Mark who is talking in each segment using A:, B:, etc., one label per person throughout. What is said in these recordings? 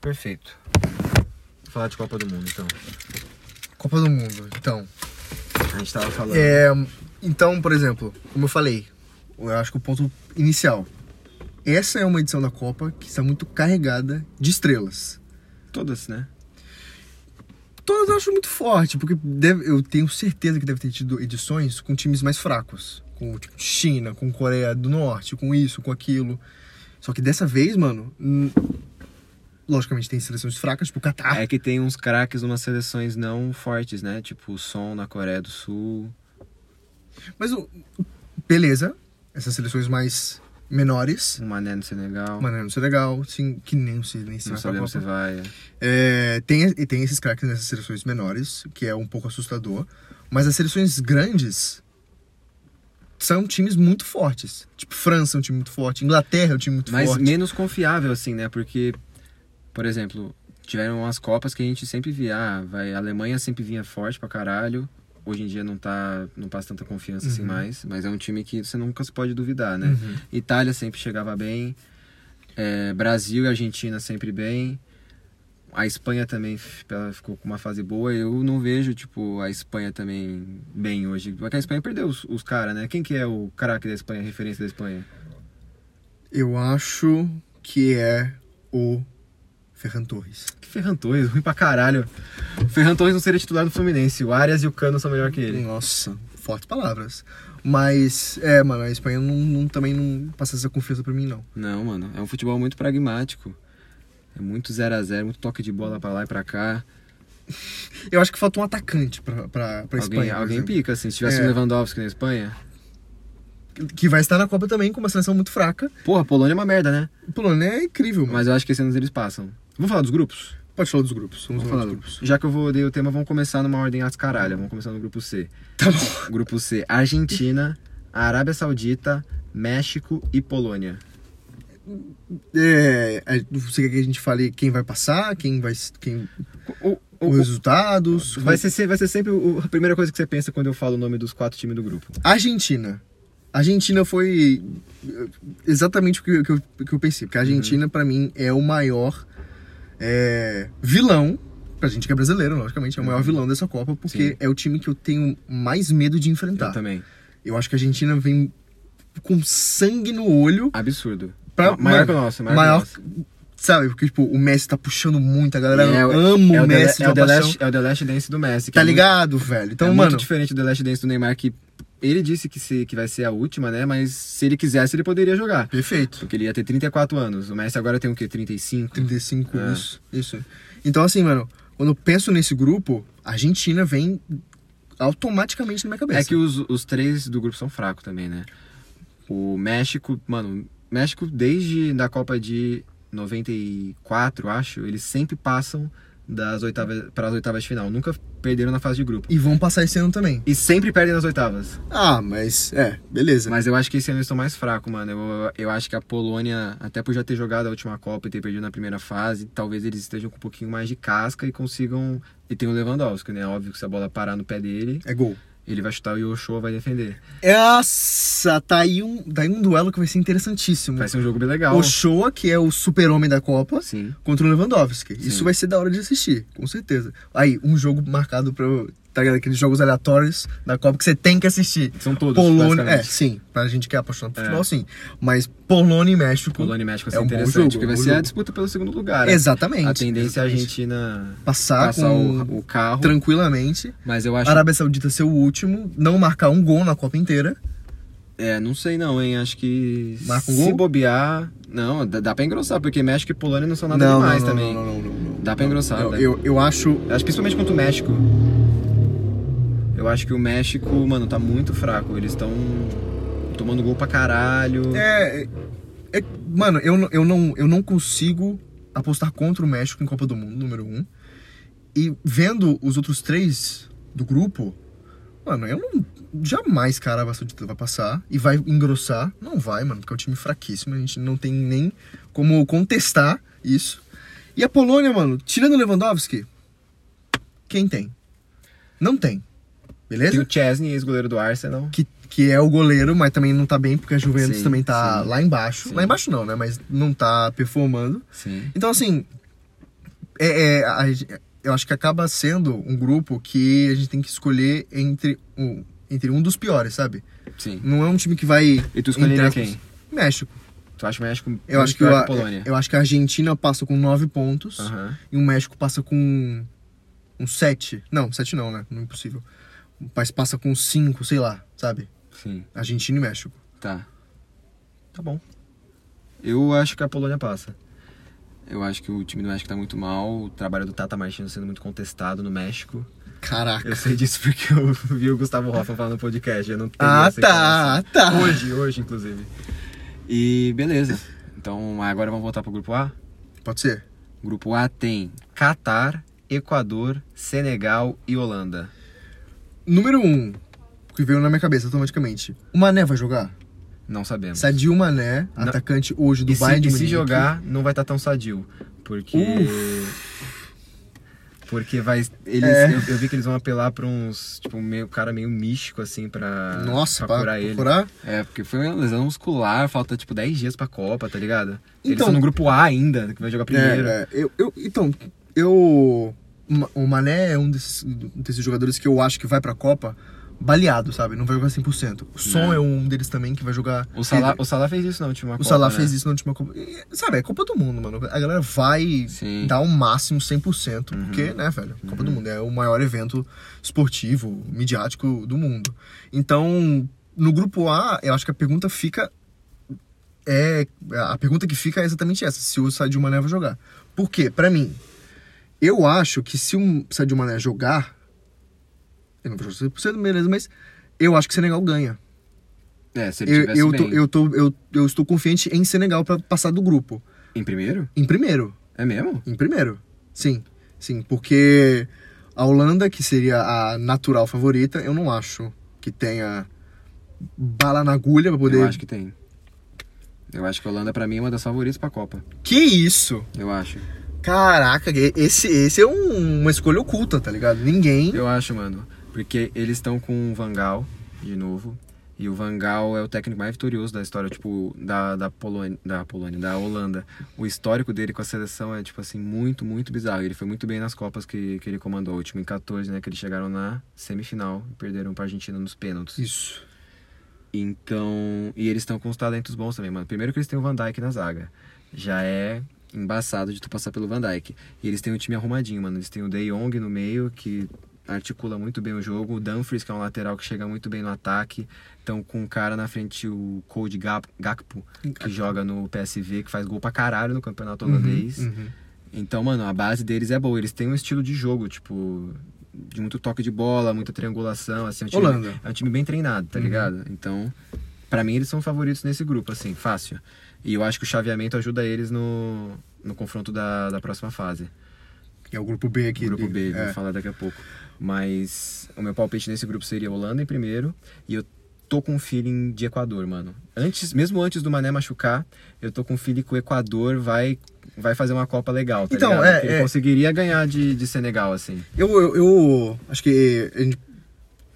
A: Perfeito. Vou falar de Copa do Mundo, então.
B: Copa do Mundo. Então,
A: A gente tava falando.
B: é, então, por exemplo, como eu falei, eu acho que o ponto inicial. Essa é uma edição da Copa que está muito carregada de estrelas.
A: Todas, né?
B: Todas eu acho muito forte, porque deve- eu tenho certeza que deve ter tido edições com times mais fracos. Com tipo, China, com Coreia do Norte, com isso, com aquilo. Só que dessa vez, mano, hum, logicamente tem seleções fracas, tipo Catar.
A: É que tem uns craques umas seleções não fortes, né? Tipo o Som na Coreia do Sul.
B: Mas o. Beleza. Essas seleções mais menores.
A: O Mané no Senegal.
B: Mano, não sei legal, sim, que nem se nem se
A: não
B: vai pra
A: sabemos se
B: Copa.
A: vai.
B: É, tem, e tem esses craques nessas seleções menores, que é um pouco assustador. Mas as seleções grandes são times muito fortes. Tipo, França é um time muito forte, Inglaterra é um time muito
A: Mas
B: forte.
A: menos confiável, assim, né? Porque, por exemplo, tiveram umas Copas que a gente sempre via. Ah, vai, a Alemanha sempre vinha forte pra caralho. Hoje em dia não tá. não passa tanta confiança assim
B: Uhum.
A: mais. Mas é um time que você nunca se pode duvidar, né?
B: Uhum.
A: Itália sempre chegava bem. é, Brasil e Argentina sempre bem. A Espanha também f- ela ficou com uma fase boa. Eu não vejo, tipo, a Espanha também bem hoje. Porque a Espanha perdeu os, os caras, né? Quem que é o craque da Espanha, a referência da Espanha?
B: Eu acho que é o Ferran Torres.
A: Que Ferran Torres, ruim pra caralho. O Ferran Torres não seria titular do Fluminense. O Arias e o Cano são melhor que ele.
B: Nossa, fortes palavras. Mas, é, mano, a Espanha não, não- também não passa essa confiança pra mim, não.
A: Não, mano. É um futebol muito pragmático. É muito 0 a 0 muito toque de bola pra lá e pra cá.
B: Eu acho que falta um atacante pra, pra, pra
A: alguém
B: Espanha. por
A: alguém
B: exemplo.
A: pica, assim. Se tivesse
B: É.
A: o Lewandowski na Espanha.
B: que vai estar na Copa também com uma seleção muito fraca.
A: Porra, a Polônia é uma merda, né?
B: O Polônia é incrível, mas
A: Mas eu acho que esse ano eles passam. Vamos falar dos grupos?
B: pode falar dos grupos. Vamos, falar dos grupos.
A: Já que eu vou dei o tema, vamos começar numa ordem às caralho. Vamos começar no grupo C.
B: Tá bom.
A: Grupo C, Argentina, Arábia Saudita, México e Polônia.
B: É, é, você quer que a gente fale quem vai passar, quem vai. Quem,
A: O- o-
B: os resultados.
A: vai, ser, se- vai ser sempre o- a primeira coisa que você pensa quando eu falo o nome dos quatro times do grupo.
B: Argentina. A Argentina foi eh, exatamente o que, que eu, que eu pensei.
A: Uhum.
B: Porque a Argentina, pra mim, é o maior eh, vilão. Pra gente que é brasileiro, logicamente, é o maior vilão dessa Copa, porque
A: Uhum. Sim.
B: é o time que eu tenho mais medo de enfrentar.
A: Eu também.
B: Eu acho que a Argentina vem com sangue no olho.
A: Absurdo.
B: Pra-
A: Ma- maior
B: mano,
A: que o nosso, maior,
B: maior
A: que o nosso.
B: Sabe, porque, tipo, o Messi tá puxando muito, a galera
A: É, é
B: ama o
A: The La-
B: Messi,
A: é, o
B: de
A: The
B: uma paixão.
A: Last, é o The Last Dance do Messi. que
B: tá
A: é muito-
B: ligado, velho? Então,
A: é
B: mano,
A: muito diferente do The Last Dance do Neymar, que ele disse que, se, que vai ser a última, né? Mas se ele quisesse, ele poderia jogar.
B: perfeito.
A: Porque ele ia ter 34 anos. O Messi agora tem o quê? 35?
B: 35,
A: É.
B: isso, isso. Então, assim, mano, quando eu penso nesse grupo, a Argentina vem automaticamente na minha cabeça.
A: É que os, os três do grupo são fracos também, né? O México, mano, o México desde da Copa de 94, acho, eles sempre passam das oitavas para as oitavas de final. Nunca perderam na fase de grupo.
B: E vão passar esse ano também.
A: E sempre perdem nas oitavas.
B: Ah, mas, é, beleza.
A: Mas eu acho que esse ano eles estão mais fracos, mano. Eu, eu acho que a Polônia, até por já ter jogado a última Copa e ter perdido na primeira fase, talvez eles estejam com um pouquinho mais de casca e consigam. E tem o Lewandowski, né? Óbvio que se a bola parar no pé dele,
B: É gol.
A: ele vai chutar e o Ochoa vai defender.
B: Essa, tá aí um, tá aí um duelo que vai ser interessantíssimo.
A: Vai ser um jogo bem legal.
B: O Shoa, que é o super-homem da Copa,
A: Sim.
B: contra o Lewandowski.
A: Sim.
B: Isso vai ser da hora de assistir, com certeza. Aí, um jogo marcado pra. Tá ligado? Aqueles jogos aleatórios da Copa que você tem que assistir.
A: São todos,
B: Polônia. É,
A: basicamente.
B: sim. Pra gente que é apaixonado por futebol, sim. Mas Polônia e México.
A: Polônia e México vai
B: É
A: ser
B: um bom
A: interessante,
B: jogo,
A: porque
B: é um
A: vai
B: bom
A: ser a
B: jogo.
A: disputa pelo segundo lugar. né?
B: Exatamente.
A: A tendência é a
B: exatamente.
A: Argentina
B: Passar,
A: passar
B: Tá com...
A: o, o carro,
B: tranquilamente.
A: mas eu acho...
B: Arábia Saudita ser o último. Não marcar um gol na Copa inteira.
A: É, não sei não, hein, acho que
B: Marca um
A: se
B: gol?
A: bobear... Não, dá, dá pra engrossar, porque México e Polônia não são nada demais também.
B: Não, não, não, não, não.
A: Dá pra engrossar,
B: Eu,
A: né?
B: eu, eu acho.
A: Acho que principalmente contra o México. Eu acho que o México, mano, tá muito fraco. Eles estão tomando gol pra caralho.
B: É. é- mano, eu, não- eu, não, eu não consigo apostar contra o México em Copa do Mundo, número um. E vendo os outros três do grupo, mano, eu não. Jamais, cara, a Arábia Saudita vai passar e vai engrossar. Não vai, mano, porque é um time fraquíssimo. A gente não tem nem como contestar isso. E a Polônia, mano, tirando o Lewandowski, quem tem? Não tem. Beleza?
A: Tem o Chesney, ex-goleiro do Arsenal.
B: que, que é o goleiro, mas também não tá bem, porque a Juventus
A: Sim,
B: também tá
A: sim.
B: lá embaixo.
A: Sim.
B: Lá embaixo não, né? Mas não tá performando.
A: Sim.
B: Então, assim, é, é, a gen- eu acho que acaba sendo um grupo que a gente tem que escolher entre um, entre um dos piores, sabe?
A: Sim.
B: Não é um time que vai.
A: E tu escolheria
B: entre aspas,
A: quem?
B: México.
A: Tu acha o México
B: Eu acho, que
A: pior
B: eu,
A: a Polônia?
B: eu acho que a Argentina passa com 9 pontos
A: Aham.
B: e o México passa com um 7. Não, 7 não, né? Não é impossível. Mas passa com 5, sei lá, sabe?
A: Sim,
B: Argentina e México.
A: tá.
B: Tá bom.
A: Eu acho que a Polônia passa. Eu acho que o time do México tá muito mal, o trabalho do Tata Martino sendo muito contestado no México.
B: Caraca.
A: Eu sei disso porque eu vi o Gustavo Hoffman falando no podcast. Eu não tenho
B: Ah,
A: essa
B: tá, tá.
A: informação. Hoje, hoje, inclusive. E beleza. Então agora vamos voltar pro grupo A.
B: Pode ser?
A: O grupo A tem Catar, Equador, Senegal e Holanda.
B: Número 1, um, que veio na minha cabeça automaticamente. O Mané vai jogar?
A: Não sabemos.
B: Sadio Mané,
A: Não.
B: atacante hoje do
A: e
B: Bayern
A: se,
B: de
A: e se
B: Munique.
A: jogar, não vai estar tão sadio. Porque. Porque vai. Eles,
B: É.
A: eu, eu vi que eles vão apelar pra uns. Tipo, um meio, cara meio místico, assim, pra. pra
B: Nossa, pra
A: curar ele.
B: procurar?
A: É, porque foi uma lesão muscular, falta tipo 10 dias pra Copa, tá ligado? Eles
B: Então-
A: estão no grupo A ainda, que vai jogar primeiro.
B: É, é. Eu, eu- então, eu. Ma- O Mané é um desses, desses jogadores que eu acho que vai pra Copa baleado, sabe? Não vai jogar 100%. O Son
A: Não.
B: é um deles também que vai jogar.
A: Né. O, Salah, o Salah fez isso na última
B: O
A: Copa.
B: Salah
A: né?
B: fez isso na última Copa. E, sabe, é Copa do Mundo, mano. A galera vai
A: Sim.
B: dar o máximo 100%,
A: Uhum.
B: porque, né, velho, Copa do Mundo é o maior evento esportivo, midiático do mundo. Então, no grupo A, eu acho que a pergunta fica é a pergunta que fica é exatamente essa, se o Sadio Mané vai jogar. Por quê? Pra mim, eu acho que se o Sadio Mané jogar, ele não vai jogar 100%, beleza, mas eu acho que o Senegal ganha.
A: É, se ele
B: Eu,
A: tivesse
B: eu,
A: bem.
B: tô, eu, tô, eu, eu estou confiante em Senegal pra passar do grupo.
A: Em primeiro?
B: Em primeiro.
A: É mesmo?
B: Em primeiro. Sim. Sim. Porque a Holanda, que seria a natural favorita, eu não acho que tenha bala na agulha pra poder.
A: Eu acho que tem. Eu acho que a Holanda, pra mim, é uma das favoritas pra Copa.
B: Que isso?
A: Eu acho.
B: Caraca, e- esse, esse é um- uma escolha oculta, tá ligado? Ninguém.
A: Eu acho, mano. Porque eles estão com o Vangal, de novo. E o Vangal é o técnico mais vitorioso da história, tipo, da, da Polônia, da Polônia, da Holanda. O histórico dele com a seleção é, tipo assim, muito, muito bizarro. Ele foi muito bem nas Copas que, que ele comandou. O time em 14, né? Que eles chegaram na semifinal e perderam pra Argentina nos pênaltis.
B: Isso.
A: Então. E eles estão com os talentos bons também, mano. Primeiro que eles têm o Van Dyke na zaga. Já é embaçado de tu passar pelo Van Dyke. E eles têm um time arrumadinho, mano. Eles têm o De Jong no meio, que articula muito bem o jogo. O Dumfries, que é um lateral que chega muito bem no ataque. Então, com um cara na frente, o Cody Gap- Gakpo, que joga no PSV, que faz gol pra caralho no campeonato holandês.
B: Uhum.
A: Então, mano, a base deles é boa. Eles têm um estilo de jogo, tipo, de muito toque de bola, muita triangulação, assim. É um time,
B: Holanda.
A: É um time bem treinado,
B: Uhum.
A: tá ligado? Então, pra mim, eles são favoritos nesse grupo, assim, fácil. E eu acho que o chaveamento ajuda eles no, no confronto da, da próxima fase.
B: É o grupo B aqui.
A: grupo B,
B: é.
A: vou falar daqui a pouco. Mas o meu palpite nesse grupo seria Holanda em primeiro. E eu tô com um feeling de Equador, mano. Antes, mesmo antes do Mané machucar, eu tô com um feeling que o Equador vai, vai fazer uma Copa legal, tá
B: Então,
A: ligado?
B: é,
A: Que ele
B: é.
A: conseguiria ganhar de, de Senegal, assim.
B: Eu, eu, eu acho que a gente-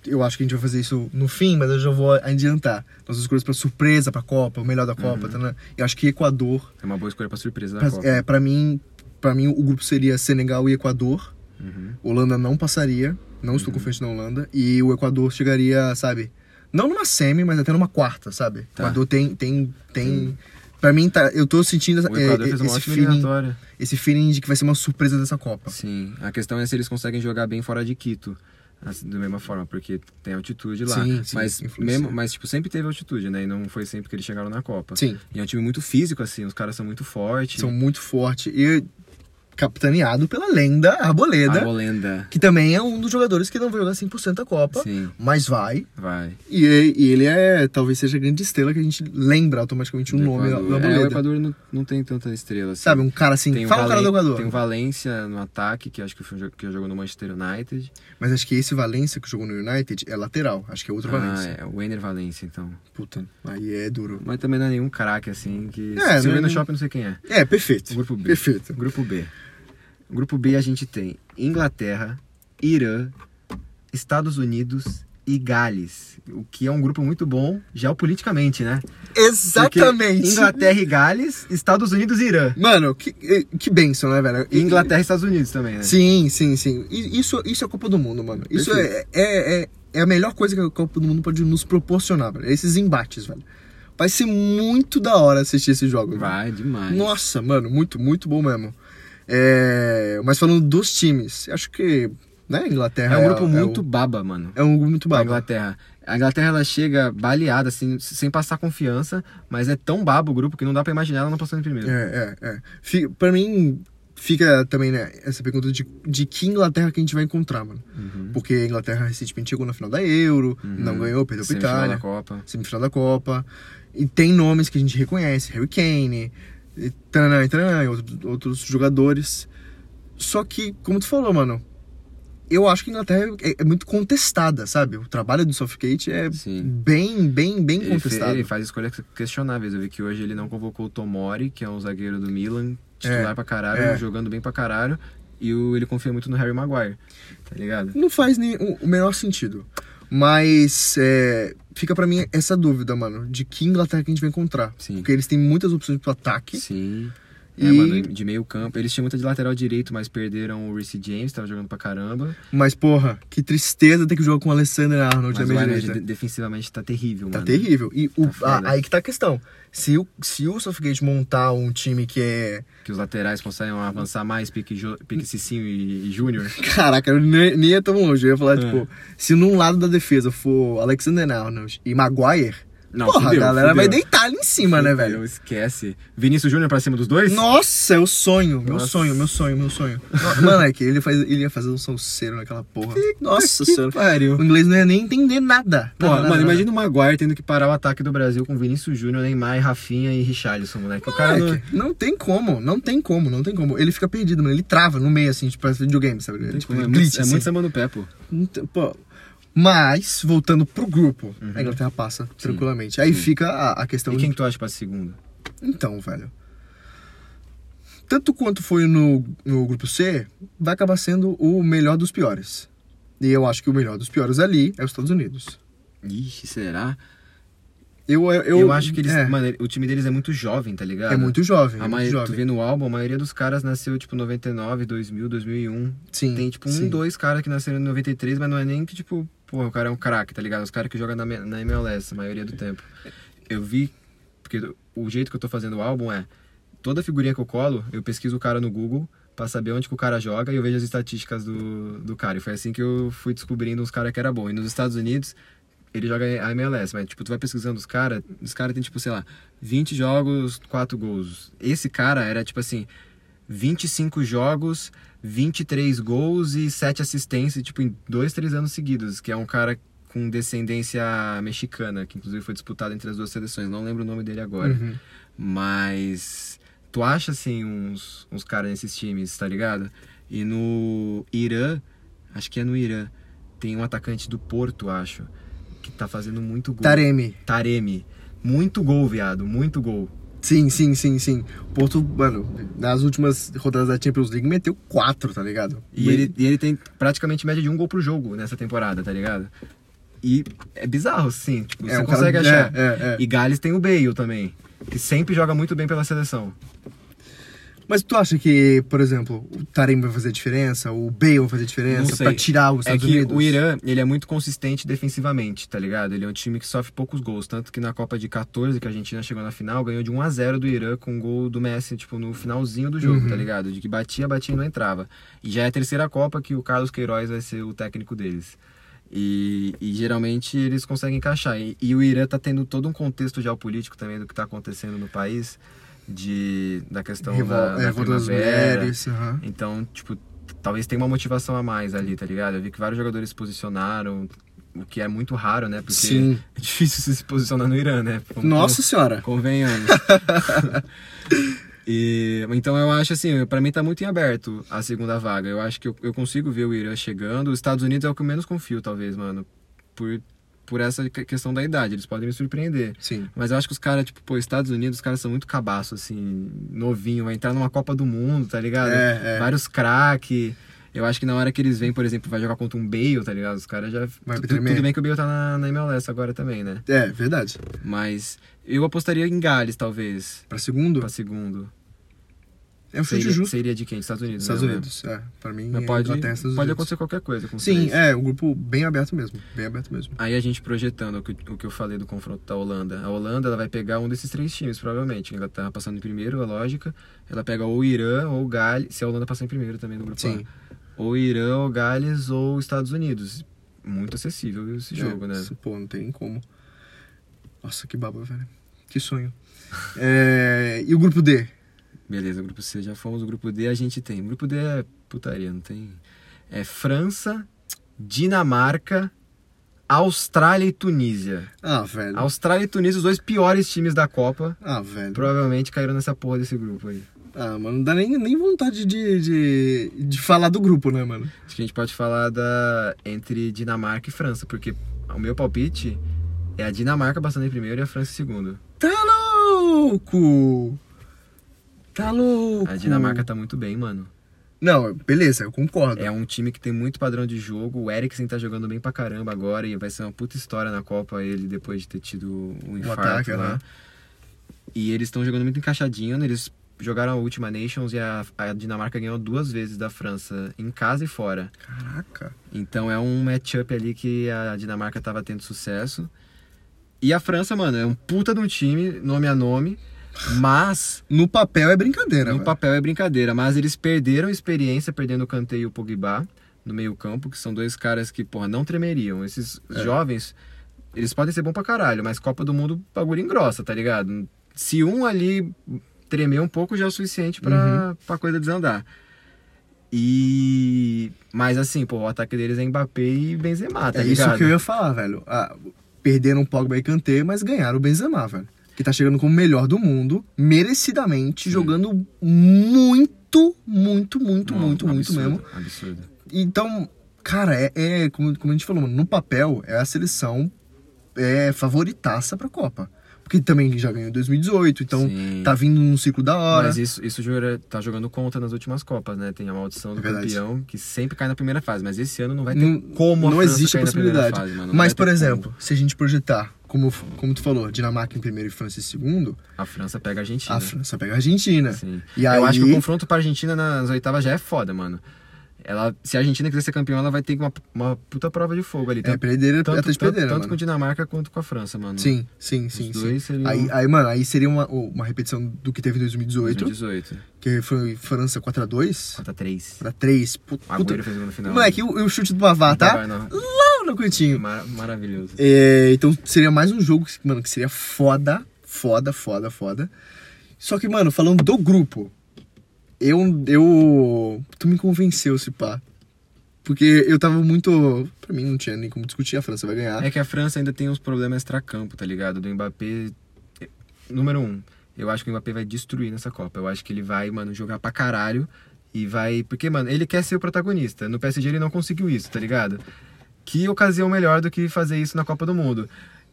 B: eu acho que a gente vai fazer isso no fim, mas eu já vou adiantar. Nossas escolhas pra surpresa pra Copa, o melhor da Copa,
A: Uhum.
B: tá, né? Eu acho que Equador,
A: É uma boa escolha pra surpresa da
B: pra,
A: Copa.
B: é, pra mim, para mim o grupo seria Senegal e Equador.
A: Uhum.
B: Holanda não passaria, não estou confiante na Holanda e o Equador chegaria, sabe? Não numa semi, mas até numa quarta, sabe?
A: Tá.
B: Equador tem tem tem Pra mim tá, eu tô sentindo essa-
A: O Equador
B: é,
A: fez uma
B: esse
A: ótima
B: feeling,
A: eliminatória.
B: esse feeling de que vai ser uma surpresa dessa Copa.
A: Sim, a questão é se eles conseguem jogar bem fora de Quito. Assim, da mesma forma, porque tem altitude lá.
B: Sim, sim,
A: mas,
B: influencia.
A: mesmo, mas, tipo, sempre teve altitude, né? E não foi sempre que eles chegaram na Copa.
B: Sim.
A: E é um time muito físico, assim, os caras são muito fortes.
B: são muito fortes. E capitaneado pela lenda Arboleda,
A: A Holanda.
B: que também é um dos jogadores que não vai jogar 100% da Copa,
A: Sim,
B: mas vai.
A: vai.
B: E, e ele é, talvez seja a grande estrela que a gente lembra automaticamente o
A: Do
B: um nome da
A: Equador. É, o
B: Arboleda.
A: Equador não, não tem tanta estrela, assim.
B: Sabe, um cara assim,
A: Tem o
B: fala o cara
A: Valen-
B: do Equador.
A: Tem o Valência no ataque, que acho que, foi, um jo- que jogou no Manchester United.
B: Mas acho que esse Valência que jogou no United é lateral, acho que é outro Valência.
A: Ah, é, o Ener Valência, então.
B: Puta, aí é duro.
A: Mas também não é nenhum craque, assim, que...
B: É,
A: se eu ver
B: não-
A: no shopping, não sei quem é.
B: É, perfeito.
A: O grupo B.
B: Perfeito.
A: Grupo B. Grupo B a gente tem Inglaterra, Irã, Estados Unidos e Gales, o que é um grupo muito bom geopoliticamente, né? Porque
B: Exatamente.
A: Inglaterra e Gales, Estados Unidos e Irã.
B: Mano, que, que benção, né, velho?
A: E Inglaterra e Estados Unidos também, né?
B: Sim, sim, sim. I- Isso, isso é Copa do Mundo, mano. Isso é, é, é, é a melhor coisa que a Copa do Mundo pode nos proporcionar, velho. Esses embates, velho. Vai ser muito da hora assistir esse jogo. velho.
A: Vai, demais.
B: Nossa, mano, muito, muito bom mesmo. É, Mas falando dos times, acho que, né, Inglaterra
A: É um grupo muito
B: o-
A: baba, mano.
B: É um grupo muito
A: A
B: bom.
A: Inglaterra. A Inglaterra ela chega baleada, assim, sem passar confiança, mas é tão baba o grupo que não dá pra imaginar ela não passando em primeiro.
B: É, é, é. Fi- Pra mim, fica também, né, essa pergunta de, de que Inglaterra que a gente vai encontrar, mano.
A: Uhum.
B: Porque a Inglaterra recentemente chegou na final da Euro,
A: Uhum.
B: não ganhou, perdeu pra
A: Semifinal
B: Itália,
A: da Copa.
B: semifinal da Copa. E tem nomes que a gente reconhece, Harry Kane, e tananã, e tananã, e outro- outros jogadores. Só que, como tu falou, mano, eu acho que a Inglaterra é, é muito contestada, sabe? O trabalho do Southgate é
A: Sim.
B: bem, bem, bem
A: Ele, fe-
B: contestado.
A: ele faz escolhas questionáveis. Eu vi que hoje ele não convocou o Tomori, que é um zagueiro do Milan, titular pra caralho,
B: é.
A: jogando bem pra caralho. E o- ele confia muito no Harry Maguire, tá ligado?
B: Não faz nem o o menor sentido. Mas é, fica pra mim essa dúvida, mano, de que Inglaterra que a gente vai encontrar.
A: Sim.
B: Porque eles têm muitas opções pro ataque.
A: Sim.
B: E-
A: É, mano, de meio campo. Eles tinham muita de lateral direito, mas perderam o Reece James, tava jogando pra caramba.
B: Mas, porra, que tristeza ter que jogar com o Alexander
A: Mas
B: Arnold na
A: o
B: minha
A: Arnold
B: direita.
A: de- defensivamente tá terrível,
B: Tá
A: mano.
B: terrível. E o-
A: Tá foda.
B: ah, aí que tá a questão. Se o, se o Southgate montar um time que é.
A: Que os laterais conseguem avançar mais, pique, jo... pique Cicinho e, e Júnior.
B: Caraca, eu nem, nem ia tão longe. Eu ia falar,
A: É.
B: tipo, se num lado da defesa for Alexander Arnold e Maguire,
A: Não,
B: porra,
A: fudeu,
B: a galera
A: fudeu.
B: vai deitar ali em cima, né, velho?
A: Fudeu, Esquece. Vinícius Júnior pra cima dos dois?
B: Nossa, é o sonho, meu
A: Nossa.
B: sonho, meu sonho, meu sonho. No- Mano, é que ele, faz, ele ia fazer um salseiro naquela porra. Nossa senhora.
A: pariu.
B: O inglês não ia nem entender nada.
A: Pô,
B: Nada,
A: mano,
B: nada,
A: imagina o Maguire tendo que parar o ataque do Brasil com Vinícius Júnior, Neymar, Rafinha e Richarlison, moleque. O cara
B: nada.
A: não...
B: Moleque, não... tem como, não tem como, não tem como. Ele fica perdido, mano. Ele trava no meio, assim, tipo, parece videogame, sabe?
A: Não tem
B: tipo,
A: como, é,
B: glitch,
A: muito, é
B: assim.
A: muito samba no pé, pô.
B: Então, pô. Mas, voltando pro grupo, a Inglaterra passa tranquilamente. Aí fica a, a questão
A: Uhum. E
B: de
A: quem que tu acha pra segunda?
B: Então, velho. Tanto quanto foi no, no grupo C, vai acabar sendo o melhor dos piores. E eu acho que o melhor dos piores ali é os Estados Unidos.
A: Ixi, será?
B: Eu, eu,
A: Eu, acho que eles.
B: É,
A: Mano, ele- o time deles é muito jovem, tá ligado?
B: é muito jovem.
A: A
B: é muito
A: maioria, tu
B: jovem.
A: vê no álbum, a maioria dos caras nasceu tipo 99, 2000, 2001.
B: Sim,
A: Tem tipo um,
B: sim.
A: dois caras que nasceram em 93, mas não é nem que tipo, porra, o cara é um craque, tá ligado? Os caras que jogam na, me- na MLS a maioria do tempo. Eu vi, porque o jeito que eu tô fazendo o álbum é, toda figurinha que eu colo, eu pesquiso o cara no Google pra saber onde que o cara joga e eu vejo as estatísticas do, do cara. E foi assim que eu fui descobrindo uns caras que era bom. E nos Estados Unidos, ele joga a MLS, mas tipo, tu vai pesquisando os caras, os caras tem tipo, sei lá, 20 jogos, 4 gols. Esse cara era tipo assim, 25 jogos, 23 gols e 7 assistências, tipo, em 2, 3 anos seguidos, que é um cara com descendência mexicana, que inclusive foi disputado entre as duas seleções, não lembro o nome dele agora.
B: Uhum.
A: Mas tu acha assim uns, uns caras nesses times, tá ligado? E no Irã, acho que é no Irã, tem um atacante do Porto, acho, que tá fazendo muito gol.
B: Taremi.
A: Taremi. Muito gol, viado, muito gol.
B: Sim, sim, sim, sim. Porto, mano, nas últimas rodadas da Champions League meteu quatro, tá ligado?
A: E ele, e ele tem praticamente média de um gol pro jogo nessa temporada, tá ligado? E é bizarro, sim. Tipo,
B: é,
A: você
B: um cara-
A: consegue achar.
B: É, é, é.
A: E Gales tem o Bale também, que sempre joga muito bem pela seleção.
B: Mas tu acha que, por exemplo, o Taremi vai fazer diferença? O Bale vai fazer diferença?
A: Não sei.
B: Pra tirar os
A: É
B: Estados
A: que
B: Unidos?
A: o Irã, ele é muito consistente defensivamente, tá ligado? Ele é um time que sofre poucos gols, tanto que na Copa de 14, que a Argentina chegou na final, ganhou de 1 a 0 do Irã com um gol do Messi, tipo, no finalzinho do jogo,
B: Uhum.
A: tá ligado? De que batia, batia e não entrava. E já é a terceira Copa que o Carlos Queiroz vai ser o técnico deles. E, e geralmente eles conseguem encaixar. E, e o Irã tá tendo todo um contexto geopolítico também do que tá acontecendo no país, de, da questão
B: Revol-
A: da,
B: é,
A: da
B: Revolta das
A: primavera,
B: Mulheres, aham.
A: então, tipo, t- talvez tenha uma motivação a mais ali, tá ligado? Eu vi que vários jogadores se posicionaram, o que é muito raro, né? Porque
B: Sim.
A: é difícil você se posicionar no Irã, né? Vamos-
B: Nossa senhora.
A: Convenhamos. E, então eu acho assim, pra mim tá muito em aberto a segunda vaga. Eu acho que eu, eu consigo ver o Irã chegando. Os Estados Unidos é o que eu menos confio, talvez, mano. Por, por essa que- questão da idade. Eles podem me surpreender.
B: Sim.
A: Mas eu acho que os caras, tipo, pô, Estados Unidos, os caras são muito cabaço, assim, novinho, vai entrar numa Copa do Mundo, tá ligado?
B: É, é.
A: Vários craque. Eu acho que na hora que eles vêm, por exemplo, vai jogar contra um Bale, tá ligado? Os caras já.
B: Vai
A: tu- tu-
B: tremer.
A: tudo bem que o Bale tá na, na MLS agora também, né?
B: É, verdade.
A: Mas eu apostaria em Gales, talvez,
B: Pra segundo,
A: pra segundo.
B: é um chute
A: seria,
B: justo.
A: seria de quem? Estados Unidos.
B: Estados
A: né?
B: Unidos, é. Pra mim,
A: Mas
B: é
A: pode,
B: Inglaterra, Estados
A: pode
B: Unidos.
A: acontecer qualquer coisa com os
B: Sim,
A: três.
B: é, um grupo bem aberto mesmo. Bem aberto mesmo.
A: Aí a gente projetando o que, o que eu falei do confronto da Holanda. A Holanda ela vai pegar um desses três times, provavelmente. A Inglaterra passando em primeiro, é lógica. Ela pega ou o Irã ou o Gales. Se a Holanda passar em primeiro também do grupo
B: Sim.
A: A. Ou o Irã, ou o Gales, ou os Estados Unidos. Muito acessível esse jogo,
B: É,
A: né?
B: se- Pô, não tem nem como. Nossa, que baba, velho. Que sonho. É, e o grupo D?
A: Beleza, grupo C já fomos. O grupo D a gente tem. O grupo D é putaria, não tem. É França, Dinamarca, Austrália e Tunísia.
B: Ah, velho.
A: Austrália e Tunísia, os dois piores times da Copa.
B: Ah, velho.
A: Provavelmente caíram nessa porra desse grupo aí.
B: Ah, mano, não dá nem, nem vontade de, de, de falar do grupo, né, mano?
A: Acho que a gente pode falar da entre Dinamarca e França, porque o meu palpite é a Dinamarca passando em primeiro e a França em segundo.
B: Tá louco! Tá louco!
A: A Dinamarca tá muito bem, mano.
B: Não, beleza, eu concordo.
A: É um time que tem muito padrão de jogo. O Eriksen tá jogando bem pra caramba agora e vai ser uma puta história na Copa ele depois de ter tido um infarto
B: ataque,
A: lá.
B: né?
A: E eles estão jogando muito encaixadinho, né? eles jogaram a última Nations e a, a Dinamarca ganhou duas vezes da França, em casa e fora.
B: Caraca.
A: Então é um matchup ali que a Dinamarca tava tendo sucesso. E a França, mano, é um puta de um time, nome a nome, mas
B: No papel é brincadeira,
A: no
B: velho.
A: papel é brincadeira. Mas eles perderam experiência perdendo o Kanté e o Pogba no meio-campo, que são dois caras que, porra, não tremeriam. Esses
B: É.
A: jovens, eles podem ser bom pra caralho, mas Copa do Mundo, bagulho engrossa, tá ligado? Se um ali tremer um pouco já é o suficiente
B: Uhum.
A: pra, pra coisa desandar. E. Mas assim, pô, o ataque deles é Mbappé e Benzema, tá
B: É
A: ligado?
B: isso que eu ia falar, velho. Ah, perderam o Pogba e Kanté, mas ganharam o Benzema, velho. Que tá chegando como o melhor do mundo, merecidamente, jogando muito, muito, muito,
A: Não,
B: muito, muito
A: absurdo,
B: mesmo.
A: Absurdo.
B: Então, cara, é, é como, como a gente falou, mano, no papel é a seleção é favoritaça pra Copa. Porque também já ganhou em 2018, então
A: Sim.
B: tá vindo num ciclo da hora.
A: Mas isso, isso jura- tá jogando conta nas últimas Copas, né? Tem a maldição do
B: É verdade.
A: campeão que sempre cai na primeira fase, mas esse ano não vai ter
B: Não-
A: como a
B: não
A: França
B: existe a
A: cair na primeira
B: possibilidade.
A: fase, mano. Não
B: Mas,
A: vai
B: por
A: ter
B: exemplo, se a gente projetar, como, como tu falou, Dinamarca em primeiro e França em segundo,
A: como. A França pega a Argentina.
B: a França pega a Argentina.
A: Sim.
B: E
A: Eu
B: aí-
A: acho que o confronto pra Argentina nas oitavas já é foda, mano. Ela, se a Argentina quiser ser campeão, ela vai ter uma, uma puta prova de fogo ali.
B: É,
A: tanto,
B: perderam,
A: tanto,
B: até de
A: tanto-
B: perderam,
A: tanto com
B: mano.
A: Dinamarca quanto com a França, mano.
B: Sim, sim, sim. sim.
A: dois seriam-
B: Aí, aí, mano, aí seria uma, oh, uma repetição do que teve em 2018,
A: 2018.
B: que foi França 4x2,
A: Conta 3.
B: 4x3. Puta,
A: O Agüero fez o gol no final. Então
B: Moleque, e o, e o chute do Bavá, tá?
A: Não, não.
B: Lá no cantinho.
A: Mar- maravilhoso.
B: É, então seria mais um jogo, que, mano, que seria foda, foda, foda, foda. Só que, mano, falando do grupo, eu. eu tu me convenceu, se pá. Porque eu tava muito. Pra mim não tinha nem como discutir, a França vai ganhar.
A: É que a França ainda tem uns problemas extracampo, tá ligado? Do Mbappé. eh, Número um, eu acho que o Mbappé vai destruir nessa Copa. Eu acho que ele vai, mano, jogar pra caralho. E vai. Porque, mano, ele quer ser o protagonista. No PSG ele não conseguiu isso, tá ligado? Que ocasião melhor do que fazer isso na Copa do Mundo.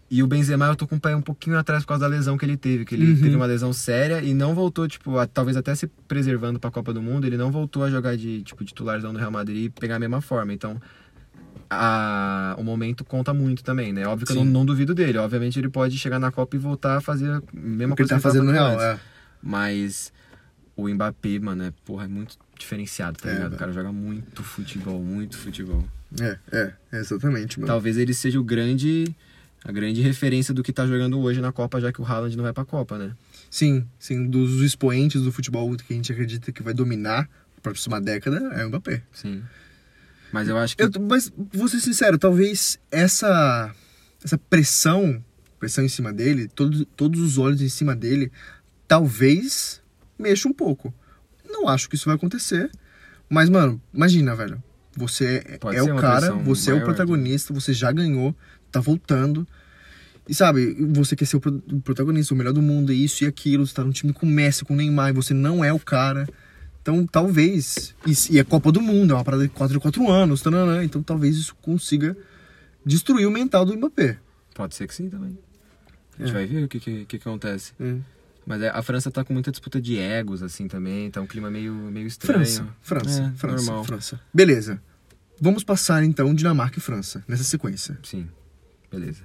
A: E o Benzema, eu tô com o pé um pouquinho atrás por causa da lesão que ele teve, que
B: Uhum.
A: ele teve uma lesão séria e não voltou, tipo, a- talvez até se preservando pra Copa do Mundo, ele não voltou a jogar de, tipo, titularzão do Real Madrid e pegar a mesma forma. Então, a- o momento conta muito também, né? Óbvio que eu
B: Sim.
A: não, não duvido dele. Obviamente ele pode chegar na Copa e voltar a fazer a mesma
B: o que ele
A: coisa
B: tá fazendo no
A: fazendo
B: Real,
A: antes.
B: é.
A: Mas o Mbappé, mano, é, porra, é muito diferenciado, tá
B: É,
A: ligado?
B: velho.
A: O cara joga muito futebol, muito futebol.
B: É, é, é, exatamente, mano.
A: Talvez ele seja o grande a grande referência do que tá jogando hoje na Copa, já que o Haaland não vai pra Copa, né?
B: Tá. Sim, sim, um dos expoentes do futebol que a gente acredita que vai dominar a próxima década é o Mbappé.
A: Sim. Mas eu acho que
B: Eu, mas vou ser sincero, talvez essa essa pressão, pressão em cima dele, todo, todos os olhos em cima dele, talvez mexa um pouco. Não acho que isso vai acontecer, mas mano, imagina, velho. Você é-
A: Pode
B: é
A: ser
B: o
A: uma
B: cara,
A: pressão
B: você é o
A: maior, né?
B: protagonista, você já ganhou, tá voltando. E sabe, você quer ser o pro- o protagonista, o melhor do mundo, e isso e aquilo, você tá num time com o Messi, com o Neymar, e você não é o cara. Então, talvez. E, e é Copa do Mundo, é uma parada de 4 em 4 anos, tananã, então talvez isso consiga destruir o mental do Mbappé. É.
A: pode ser que sim também. A gente vai ver o que, que, que acontece. Mas é, a França tá com muita disputa de egos, assim, também. Tá um clima meio, meio estranho.
B: França, França,
A: É,
B: França,
A: normal.
B: França. Beleza. Vamos passar então Dinamarca e França nessa sequência.
A: Sim, beleza.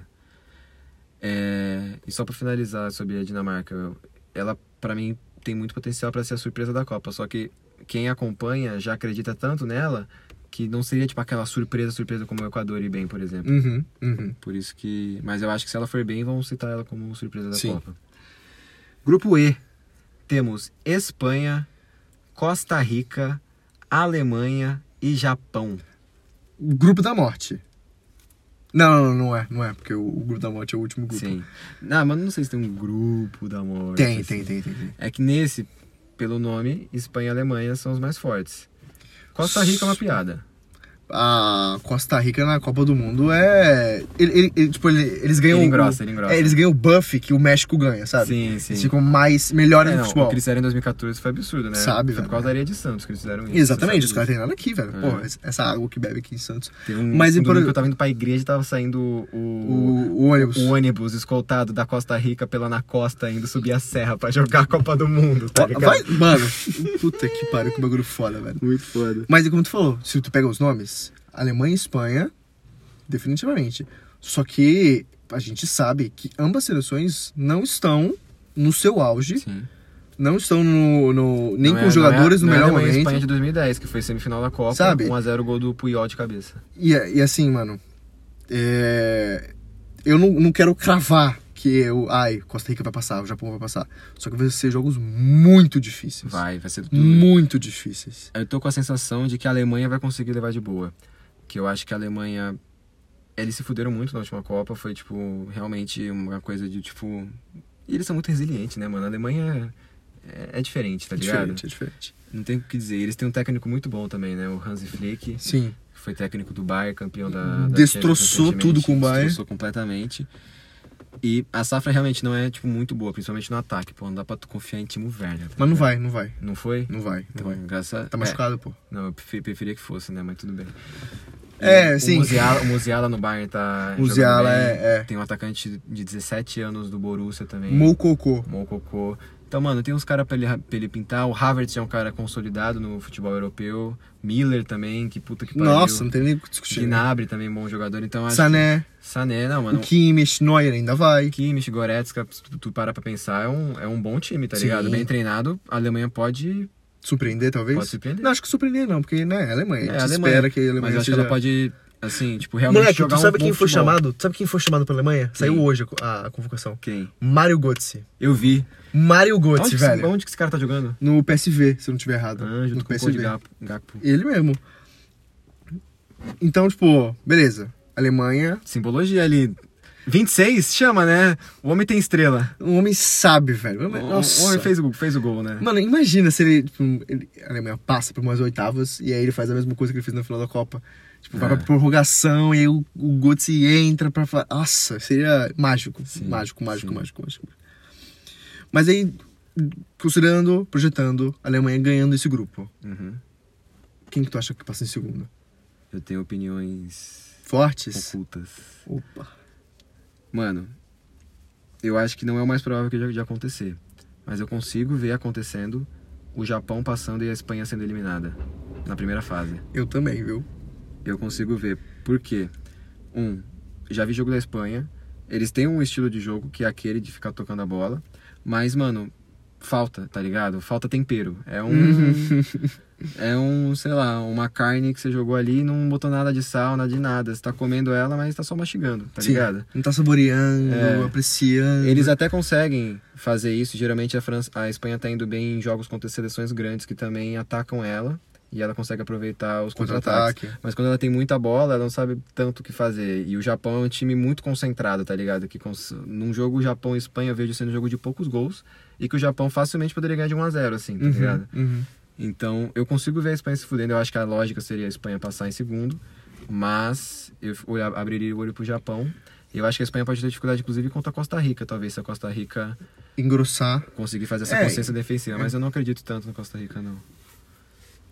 A: É, e só pra finalizar sobre a Dinamarca, eu- ela pra mim tem muito potencial pra ser a surpresa da Copa, só que quem acompanha já acredita tanto nela que não seria tipo aquela surpresa, surpresa como o Equador e bem, por exemplo.
B: Uhum, uhum.
A: Por isso que, mas eu acho que se ela for bem, vão citar ela como surpresa da
B: Sim.
A: Copa. Grupo E. Temos Espanha, Costa Rica, Alemanha e Japão.
B: O Grupo da Morte. Não, não, não é, não é, porque o, o Grupo da Morte é o último grupo.
A: Sim. Não, mas não sei se tem um grupo da morte.
B: Tem,
A: assim.
B: tem, tem, tem, tem.
A: É que nesse, pelo nome, Espanha e Alemanha são os mais fortes. Costa Rica é uma piada.
B: A Costa Rica na Copa do Mundo é. Ele, ele- ele- tipo, ele- eles ganham.
A: Ele engrossa,
B: o,
A: ele engrossa.
B: É, eles ganham o buff que o México ganha, sabe?
A: Sim, sim.
B: Eles ficam mais
A: É,
B: melhores no
A: não, o
B: futebol.
A: que eles fizeram em 2014 foi absurdo, né?
B: Sabe,
A: Foi
B: velho.
A: por causa da areia de Santos que eles fizeram isso.
B: Exatamente, os
A: Você
B: caras
A: sabe
B: têm nada aqui, velho. Pô,
A: É.
B: essa água que bebe aqui em Santos.
A: disso. Tem um,
B: Mas
A: Mas
B: e
A: um
B: por-
A: domingo que eu tava indo pra igreja e tava saindo o,
B: O, o ônibus.
A: o ônibus escoltado da Costa Rica pela Ana Costa indo subir a serra pra jogar a Copa do Mundo, tá ligado?
B: Vai, mano, puta que pariu, que bagulho foda, velho.
A: Muito foda.
B: Mas é como tu falou, se tu pega os nomes, Alemanha e Espanha, definitivamente. Só que a gente sabe que ambas seleções não estão no seu auge,
A: Sim.
B: não estão no, no- nem
A: Não
B: com
A: é-
B: os jogadores
A: não
B: no
A: é,
B: melhor
A: não é a Alemanha e
B: momento.
A: Espanha de 2010, que foi semifinal da Copa,
B: Sabe?
A: 1x0 gol do Puyol de cabeça.
B: E, é- e assim, mano, é, eu não, não quero cravar que eu, ai, Costa Rica vai passar, o Japão vai passar. Só que vai ser jogos muito difíceis.
A: Vai, vai ser tudo.
B: Muito difíceis.
A: Eu tô com a sensação de que a Alemanha vai conseguir levar de boa. Que eu acho que a Alemanha. Eles se fuderam muito na última Copa. Foi, tipo, realmente uma coisa de, tipo. E eles são muito resilientes, né, mano? A Alemanha é, é diferente, tá
B: É
A: ligado?
B: diferente, é diferente.
A: Não tem o que dizer. Eles têm um técnico muito bom também, né? O Hansi Flick, que
B: Sim.
A: foi técnico do Bayern, campeão da. da
B: Destroçou
A: Champions
B: tudo com o Bayern.
A: Destroçou completamente. E a safra realmente não é, tipo, muito boa, principalmente no ataque. Pô, não dá pra tu confiar em Timo Werner. tá
B: Mas não
A: ligado?
B: vai, não vai.
A: Não foi?
B: Não vai, não
A: Então,
B: vai.
A: graças a-
B: Tá
A: é,
B: machucado, pô.
A: Não, eu prefe- preferia que fosse, né? Mas tudo bem.
B: É,
A: o,
B: sim.
A: O Muziala, o Muziala no Bayern tá.
B: O
A: jogando
B: Ziala
A: bem.
B: é, é
A: Tem um atacante de 17 anos do Borussia também.
B: mococô.
A: Mococô. Então, mano, tem uns caras pra ele, pra ele pintar. O Havertz é um cara consolidado no futebol europeu. Miller também, que puta que pariu.
B: Nossa, não tem nem o que discutir. né?
A: Gnabry também, bom jogador. Então, acho
B: Sané,
A: que- Sané, não, mano.
B: o Kimmich, Neuer ainda vai.
A: Kimmich, Goretzka, se tu, tu parar pra pensar, é um, é um bom time, tá
B: Sim.
A: ligado? Bem treinado, a Alemanha pode,
B: Surpreender, talvez?
A: pode surpreender.
B: Não, acho que surpreender não, porque, né, é Alemanha.
A: É,
B: a gente
A: a Alemanha.
B: espera que a Alemanha
A: Mas eu acho que
B: seja...
A: ela pode, assim, tipo, realmente jogar um bom futebol.
B: Tu Sabe quem foi chamado pra Alemanha?
A: Quem?
B: hoje a co- a, convocação.
A: Quem?
B: Mário Götze.
A: Eu vi.
B: Mário
A: Onde,
B: Götze,
A: que, esse- onde que esse cara tá jogando?
B: No PSV, se eu não tiver errado.
A: Ah, junto
B: no
A: com o Cody Gap- Gakpo.
B: Ele mesmo. Então, tipo, beleza. Alemanha,
A: Simbologia ali. 26? Chama, né? O homem tem estrela.
B: um homem sabe, velho. Um
A: O-
B: Nossa.
A: O homem fez o, gol- fez o gol, né?
B: Mano, imagina se ele, tipo, ele- A Alemanha passa por umas oitavas e aí ele faz a mesma coisa que ele fez na final da Copa. Tipo, vai
A: É.
B: pra prorrogação e aí o, o Götze entra pra falar. Nossa, seria mágico.
A: Sim,
B: mágico, mágico,
A: sim.
B: mágico, mágico. Mas aí, considerando, projetando, a Alemanha ganhando esse grupo,
A: Uhum.
B: quem que tu acha que passa em segundo?
A: Eu tenho opiniões
B: Fortes?
A: ocultas.
B: Opa.
A: Mano, eu acho que não é o mais provável que já- de acontecer. Mas eu consigo ver acontecendo o Japão passando e a Espanha sendo eliminada na primeira fase.
B: Eu também, viu?
A: Eu consigo ver. Por quê? Um, já vi jogo da Espanha. Eles têm um estilo de jogo que é aquele de ficar tocando a bola. Mas, mano, falta, tá ligado? Falta tempero. É
B: Uhum.
A: um. é um, sei lá, uma carne que você jogou ali e não botou nada de sal, nada de nada. Você tá comendo ela, mas tá só mastigando, tá
B: Sim. Uhum.
A: ligado?
B: Não tá saboreando,
A: É.
B: apreciando.
A: Eles até conseguem fazer isso. Geralmente a, França, a Espanha tá indo bem em jogos contra seleções grandes que também atacam ela. E ela consegue aproveitar os contra-ataques.
B: Contra-ataque.
A: Mas quando ela tem muita bola, ela não sabe tanto o que fazer. E o Japão é um time muito concentrado, tá ligado? Que cons... Num jogo Japão e Espanha eu vejo sendo um jogo de poucos gols e que o Japão facilmente poderia ganhar de 1 a 0 assim, tá ligado?
B: Uhum, uhum.
A: Então eu consigo ver a Espanha se fudendo. Eu acho que a lógica seria a Espanha passar em segundo, mas eu f- olha- abriria o olho pro Japão. E Eu acho que a Espanha pode ter dificuldade, inclusive, contra a Costa Rica, talvez, se a Costa Rica
B: Engrossar.
A: conseguir fazer essa
B: É,
A: consciência defensiva. Mas eu não acredito tanto na Costa Rica, não.
B: hum,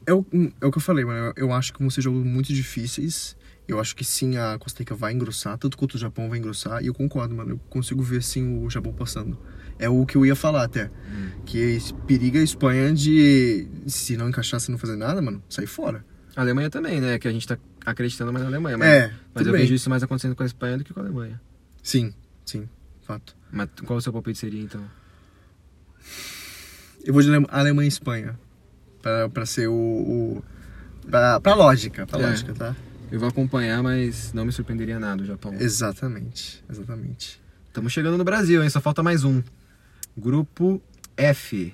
B: É o, é o que eu falei, mano. Eu, eu acho que vão ser jogos muito difíceis. Eu acho que sim, a Costa Rica vai engrossar, tanto quanto o Japão vai engrossar, e eu concordo, mano. Eu consigo ver sim o Japão passando. É o que eu ia falar até.
A: Hum.
B: Que periga a Espanha de, se não encaixar, se não fazer nada, mano, sair fora.
A: A Alemanha também, né? Que a gente tá acreditando mais na Alemanha. Mas,
B: É,
A: mas
B: tudo
A: eu
B: bem.
A: vejo isso mais acontecendo com a Espanha do que com a Alemanha.
B: Sim, sim, fato.
A: Mas qual o seu palpite seria, então?
B: Eu vou de Alema- Alemanha e Espanha. Pra, pra ser o. o pra, pra lógica, pra
A: É.
B: lógica, tá?
A: Eu vou acompanhar, mas não me surpreenderia nada o Japão.
B: Exatamente, exatamente.
A: Estamos chegando no Brasil, hein? Só falta mais um. Grupo F.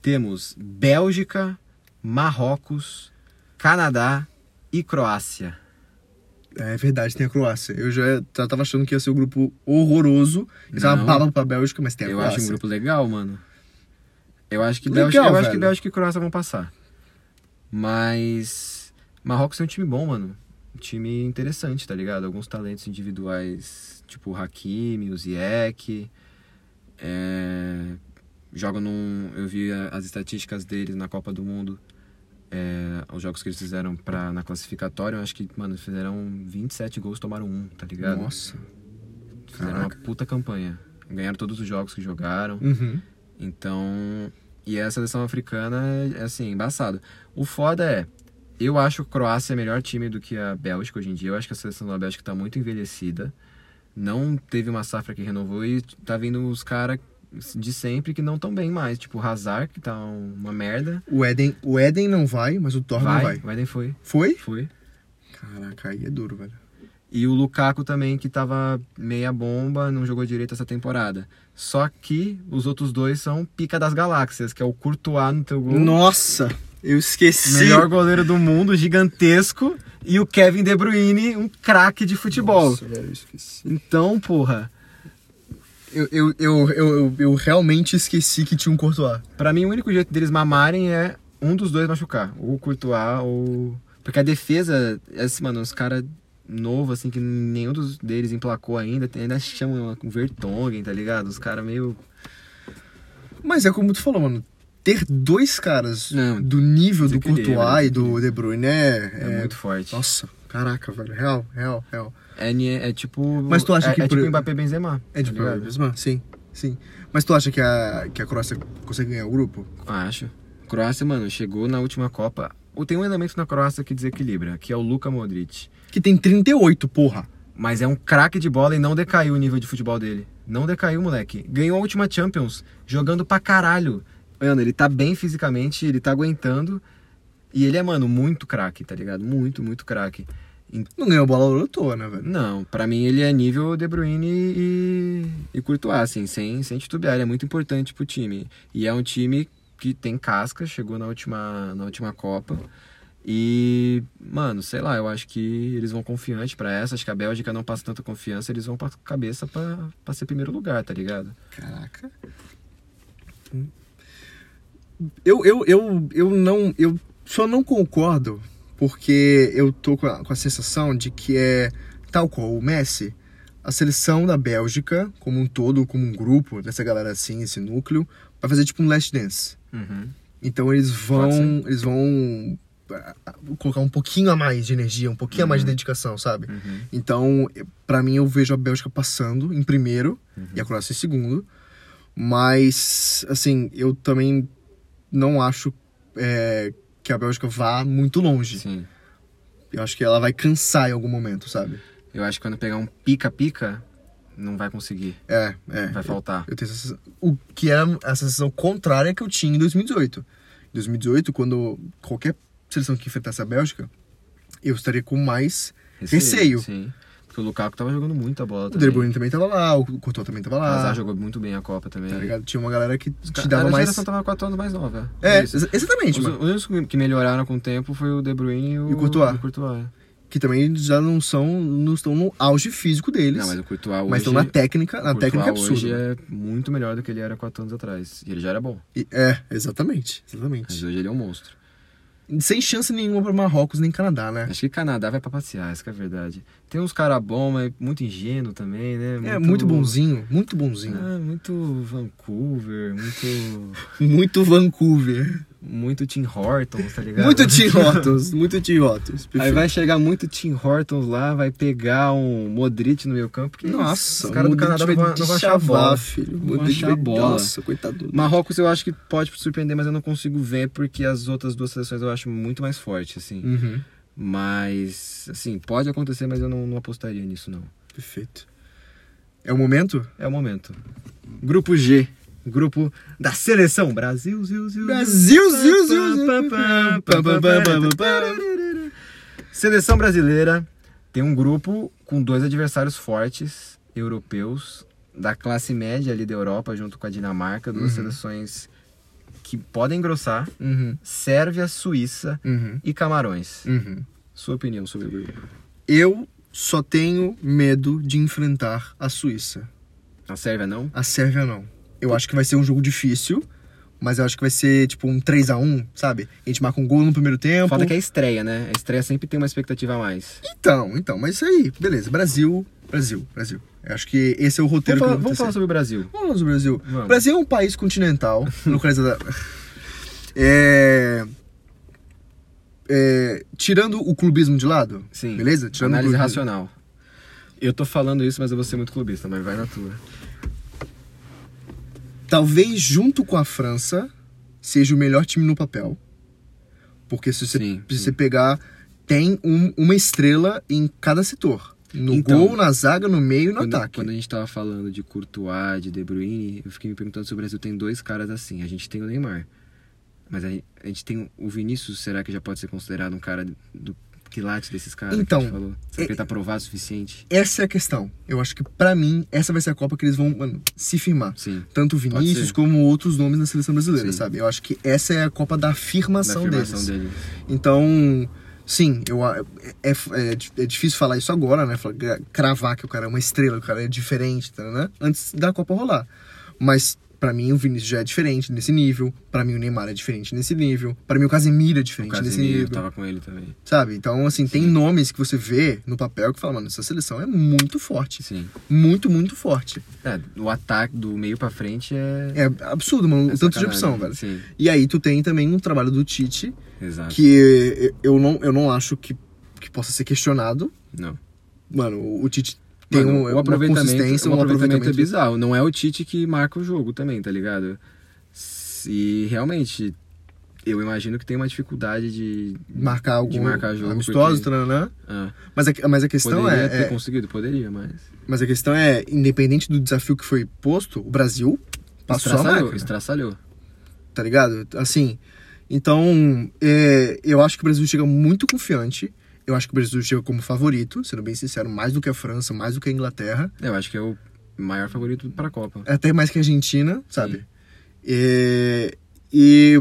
A: Temos Bélgica, Marrocos, Canadá e Croácia.
B: É verdade, tem a Croácia. Eu já já tava achando que ia ser um grupo horroroso. Isso é uma
A: Não.
B: bala pra Bélgica, mas tem a
A: eu
B: Croácia.
A: acho um grupo legal, mano. Eu acho que
B: Legal,
A: Bélgica, eu acho que
B: velho.
A: Bélgica e Croácia vão passar. Mas Marrocos é um time bom, mano. Um time interessante, tá ligado? Alguns talentos individuais, tipo o Hakimi, o Ziyech. É... Joga num... Eu vi a- as estatísticas deles na Copa do Mundo. É, Os jogos que eles fizeram pra... na classificatória, eu acho que, mano, fizeram 27 gols, tomaram um, tá ligado?
B: Nossa.
A: Fizeram
B: Caraca.
A: uma puta campanha. Ganharam todos os jogos que jogaram.
B: Uhum.
A: Então. E a seleção africana é assim, embaçada. O foda é. Eu acho que a Croácia é melhor time do que a Bélgica hoje em dia. Eu acho que a seleção da Bélgica tá muito envelhecida. Não teve uma safra que renovou e tá vindo os caras de sempre que não tão bem mais. Tipo, o Hazard, que tá um- uma merda.
B: O Eden, o Eden não vai, mas o Thor
A: Vai,
B: não
A: vai,
B: vai.
A: nem foi.
B: Foi?
A: Foi.
B: Caraca, aí é duro, velho.
A: E o Lukaku também, que tava meia bomba, não jogou direito essa temporada. Só que os outros dois são pica das galáxias, que é o Courtois no teu gol.
B: Nossa, eu esqueci.
A: Uhum. Melhor goleiro do mundo, gigantesco. E o Kevin De Bruyne, um craque de futebol.
B: Nossa, velho, eu esqueci.
A: Então, porra,
B: Eu, eu, eu, eu, eu, eu realmente esqueci que tinha um Courtois.
A: pra mim o único jeito deles mamarem é um dos dois machucar. Ou o Courtois, ou... Porque a defesa, esse, mano, os caras novos, assim, que nenhum dos deles emplacou ainda, tem- ainda chamam o Vertonghen, tá ligado? Os caras meio...
B: Mas é como tu falou, mano. Ter dois caras
A: Não,
B: do nível do
A: desequilíbrio,
B: Courtois e do De Bruyne é...
A: É, muito forte.
B: Nossa, caraca, velho. Real, real, real.
A: É, ni- é tipo...
B: Mas tu acha
A: é,
B: que
A: É
B: por-
A: tipo Mbappé e Benzema.
B: É de
A: tá ligado?
B: mesmo? Sim, sim. Mas tu acha que a, que a Croácia consegue ganhar o grupo?
A: Acho. Croácia, mano, chegou na última Copa. Ou tem um elemento na Croácia que desequilibra, que é o Luka Modric.
B: Que tem 38, porra.
A: Mas é um craque de bola e não decaiu o nível de futebol dele. Não decaiu, moleque. Ganhou a última Champions, jogando pra caralho. Mano, ele tá bem fisicamente, ele tá aguentando. E ele é, mano, muito craque, tá ligado? Muito, muito craque.
B: Não ganhou a bola ouro à toa, né, velho?
A: Não, pra mim ele é nível De Bruyne e, e Courtois, assim, sem, sem titubear. Ele é muito importante pro time. E é um time que tem casca, chegou na última, na última Copa. E, mano, sei lá, eu acho que eles vão confiante pra essa. Acho que a Bélgica não passa tanta confiança, eles vão pra cabeça pra, pra ser primeiro lugar, tá ligado?
B: Caraca. Eu, eu, eu, eu não. Eu só não concordo porque eu tô com a, com a sensação de que é tal qual o Messi. A seleção da Bélgica, como um todo, como um grupo, dessa galera assim, esse núcleo, vai fazer tipo um last dance.
A: Uhum.
B: Então eles vão,
A: Pode ser.
B: eles vão ah, ah, colocar um pouquinho a mais de energia, um pouquinho a mais de dedicação, sabe?
A: Uhum.
B: Então, eu- pra mim eu vejo a Bélgica passando em primeiro
A: Uhum.
B: e a Croácia em segundo. Mas assim, eu também não acho é, que a Bélgica vá muito longe.
A: Sim.
B: Eu acho que ela vai cansar em algum momento, sabe?
A: Eu acho que quando pegar um pica-pica, não vai conseguir.
B: É, é.
A: Vai faltar.
B: Eu tenho essa sensação. O que era a sensação contrária que eu tinha em 2018. Em 2018, quando qualquer seleção que enfrentasse a Bélgica, eu estaria com mais. Receio.
A: Sim. Porque o Lukaku tava jogando muita bola
B: O
A: também.
B: De Bruyne também tava lá, o Courtois também tava
A: O Hazard
B: lá.
A: jogou muito bem a Copa também.
B: Tá ligado? Tinha uma galera que te
A: Cara,
B: dava
A: A
B: mais.
A: geração tava 4 anos mais nova.
B: É,
A: Isso.
B: ex- exatamente,
A: Os,
B: mano.
A: os únicos que- que melhoraram com o tempo foi o De Bruyne e o,
B: E o Courtois.
A: e o Courtois. é.
B: Que também já não são. não estão no auge físico deles.
A: Não, mas
B: mas
A: o Courtois hoje...
B: estão na técnica. Na
A: o Courtois
B: técnica
A: hoje
B: absurda. né?
A: é muito melhor do que ele era 4 anos atrás. E ele já era bom,
B: E- É... exatamente.
A: mas
B: Exatamente.
A: hoje ele é um monstro.
B: Sem chance nenhuma pra Marrocos nem Canadá, né?
A: Acho que Canadá vai pra passear, isso que é a verdade. Tem uns caras bons, mas muito ingênuo também, né?
B: É, muito bonzinho,
A: É.
B: muito bonzinho.
A: Ah, muito Vancouver, muito...
B: Muito Vancouver.
A: muito Tim Hortons, tá ligado?
C: Muito Tim Hortons, muito Tim Hortons.
A: Aí
C: perfeito.
A: vai chegar muito Tim Hortons lá, vai pegar um Modric no meio campo. Que
C: Nossa,
A: os caras do
C: Modric
A: Canadá não
C: vai
A: vão, não vão achar a
C: deschavar,
A: bola.
C: filho.
A: Não vão
C: Modric
A: achar
C: vai-
A: a bola.
C: Nossa, coitado.
A: Marrocos eu acho que pode surpreender, mas eu não consigo ver porque as outras duas seleções eu acho muito mais forte, assim.
B: Uhum.
A: Mas, assim, pode acontecer, mas eu não, não apostaria nisso, não.
B: Perfeito. É o momento?
A: É o momento. Grupo G. Grupo da seleção. Brasil, Zil, Zil.
C: Brasil, Zil, Zil, Zil.
A: Zil. Seleção brasileira tem um grupo com dois adversários fortes europeus da classe média ali da Europa, junto com a Dinamarca, duas seleções que podem engrossar.
B: Uhum.
A: Sérvia, Suíça
B: Uhum.
A: e Camarões.
B: Uhum.
A: Sua opinião sobre o grupo?
B: Eu só tenho medo de enfrentar a Suíça.
A: A Sérvia não?
B: A Sérvia não. Eu acho que vai ser um jogo difícil, mas eu acho que vai ser tipo um 3 a 1 sabe? A gente marca um gol no primeiro tempo.
A: Falta que é a estreia, né? A estreia sempre tem uma expectativa a mais.
B: Então, então, mas isso aí, beleza. Brasil, Brasil, Brasil. Eu acho que esse é o roteiro
A: Vamos falar,
B: que
A: Então,
B: vai
A: vamos falar
B: acontecer.
A: sobre o Brasil.
B: Vamos falar sobre o Brasil.
A: Vamos.
B: O Brasil é um país continental, localizado. É... É... Tirando o clubismo de lado,
A: Sim.
B: beleza? Tirando o
A: Análise
B: clubismo.
A: racional. Eu tô falando isso, mas eu vou ser muito clubista, mas vai na tua.
B: Talvez junto com a França seja o melhor time no papel. Porque se você,
A: Sim,
B: se
A: sim.
B: você pegar, tem um- uma estrela em cada setor. No
A: Então,
B: gol, na zaga, no meio e no
A: Quando,
B: ataque.
A: quando a gente tava falando de Courtois, de De Bruyne, eu fiquei me perguntando se o Brasil tem dois caras assim. A gente tem o Neymar, mas a, a gente tem o Vinícius, será que já pode ser considerado um cara do quilate desses caras
B: Então,
A: que a gente falou? Será que
B: é-
A: ele tá provado o suficiente?
B: Essa é a questão. Eu acho que, pra mim, essa vai ser a Copa que eles vão mano, se firmar.
A: Sim.
B: Tanto
A: Pode
B: Vinícius
A: ser.
B: como outros nomes na seleção brasileira,
A: Sim.
B: sabe? Eu acho que essa é a Copa da
A: Da
B: afirmação,
A: afirmação
B: deles.
A: dele.
B: Então, sim, eu, a- é, é, é difícil falar isso agora, né? Falar- gra- Cravar que o cara é uma estrela, que o cara é diferente, tá, né? antes da Copa rolar. Mas, pra mim, o Vinícius já é diferente nesse nível. Pra mim, o Neymar é diferente nesse nível. Pra mim, o Casemiro é
A: O
B: diferente nesse
A: Casemiro tá.
B: nível.
A: tava com ele também.
B: Sabe? Então, assim, tem nomes que você vê no papel que fala, mano, essa seleção é muito forte.
A: Sim.
B: Muito, muito forte.
A: É, o ataque do meio pra frente é.
B: É absurdo, mano, o tanto de
A: sacanagem.
B: opção, velho.
A: Sim,
B: E aí tu tem também um trabalho do Tite,
A: exato.
B: que eu não, eu não acho que, que possa ser questionado.
A: Não.
B: Mano, o Tite tem
A: Mano,
B: um, uma consistência,
A: o
B: um
A: aproveitamento é
B: aproveitamento...
A: bizarro. Não é o Tite que marca o jogo também, tá ligado? E realmente, eu imagino que tem uma dificuldade de.
B: Marcar algum
A: de marcar jogo,
B: amistoso,
A: porque-
B: taranã.
A: Ah,
B: Mas a, mas a questão
A: poderia
B: é,
A: ter
B: é-
A: conseguido, poderia, mas.
B: Mas a questão é, independente do desafio que foi posto, o Brasil passou a
A: estraçalhou,
B: marca,
A: estraçalhou.
B: tá ligado? Assim, então, é, eu acho que o Brasil chega muito confiante. Eu acho que o Brasil chega como favorito, sendo bem sincero, mais do que a França, mais do que a Inglaterra.
A: Eu acho que é o maior favorito pra Copa.
B: até mais que a Argentina,
A: Sim.
B: sabe? É, e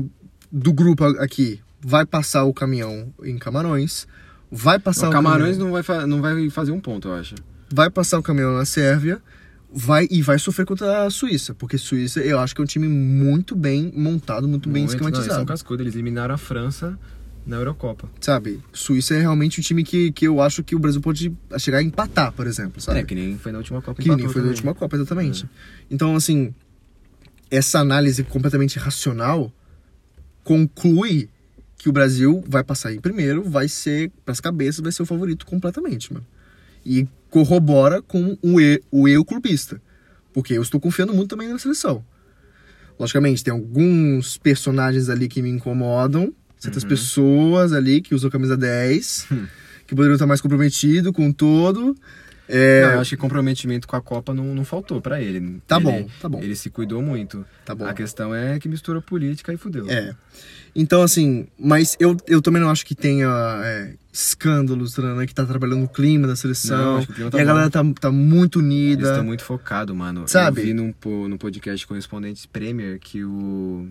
B: do grupo a- aqui, vai passar o caminhão em Camarões, vai passar
A: o
B: o
A: Camarões
B: caminhão-
A: não vai, fa- não vai fazer um ponto, eu acho.
B: vai passar o caminhão na Sérvia, vai e vai sofrer contra a Suíça, porque Suíça eu acho que é um time muito bem montado, muito, bem
A: Muito- não, é eles
B: esquematizado,
A: são cascudo, eles eliminaram a França na Eurocopa.
B: sabe? Suíça é realmente um time que, que eu acho que o Brasil pode chegar a empatar, por exemplo, sabe?
A: É, que nem foi na última Copa.
B: Que nem
A: empatou
B: foi da
A: também. É.
B: última Copa, exatamente. Então, assim, essa análise completamente racional conclui que o Brasil vai passar em primeiro, vai ser, pras cabeças, vai ser o favorito completamente, mano. E corrobora com o, e, o eu clubista. Porque eu estou confiando muito também na seleção. Logicamente, tem alguns personagens ali que me incomodam,
A: Uhum.
B: certas pessoas ali que usam camisa 10,
A: Hum.
B: que poderiam estar mais comprometido com todo. É,
A: Não, eu acho que comprometimento com a Copa não, não faltou pra ele.
B: Tá
A: Ele-
B: bom, tá bom.
A: Ele se cuidou muito.
B: Tá bom.
A: A questão é que mistura política e fudeu.
B: É. Então, assim, mas eu, eu também não acho que tenha é, escândalos, né, que tá trabalhando o clima da seleção.
A: Não, acho que o clima tá
B: e a
A: bom.
B: galera tá, tá muito
A: Eles
B: unida.
A: estão muito focados, mano.
B: Sabe?
A: Eu vi num, po- num podcast correspondentes Premier que o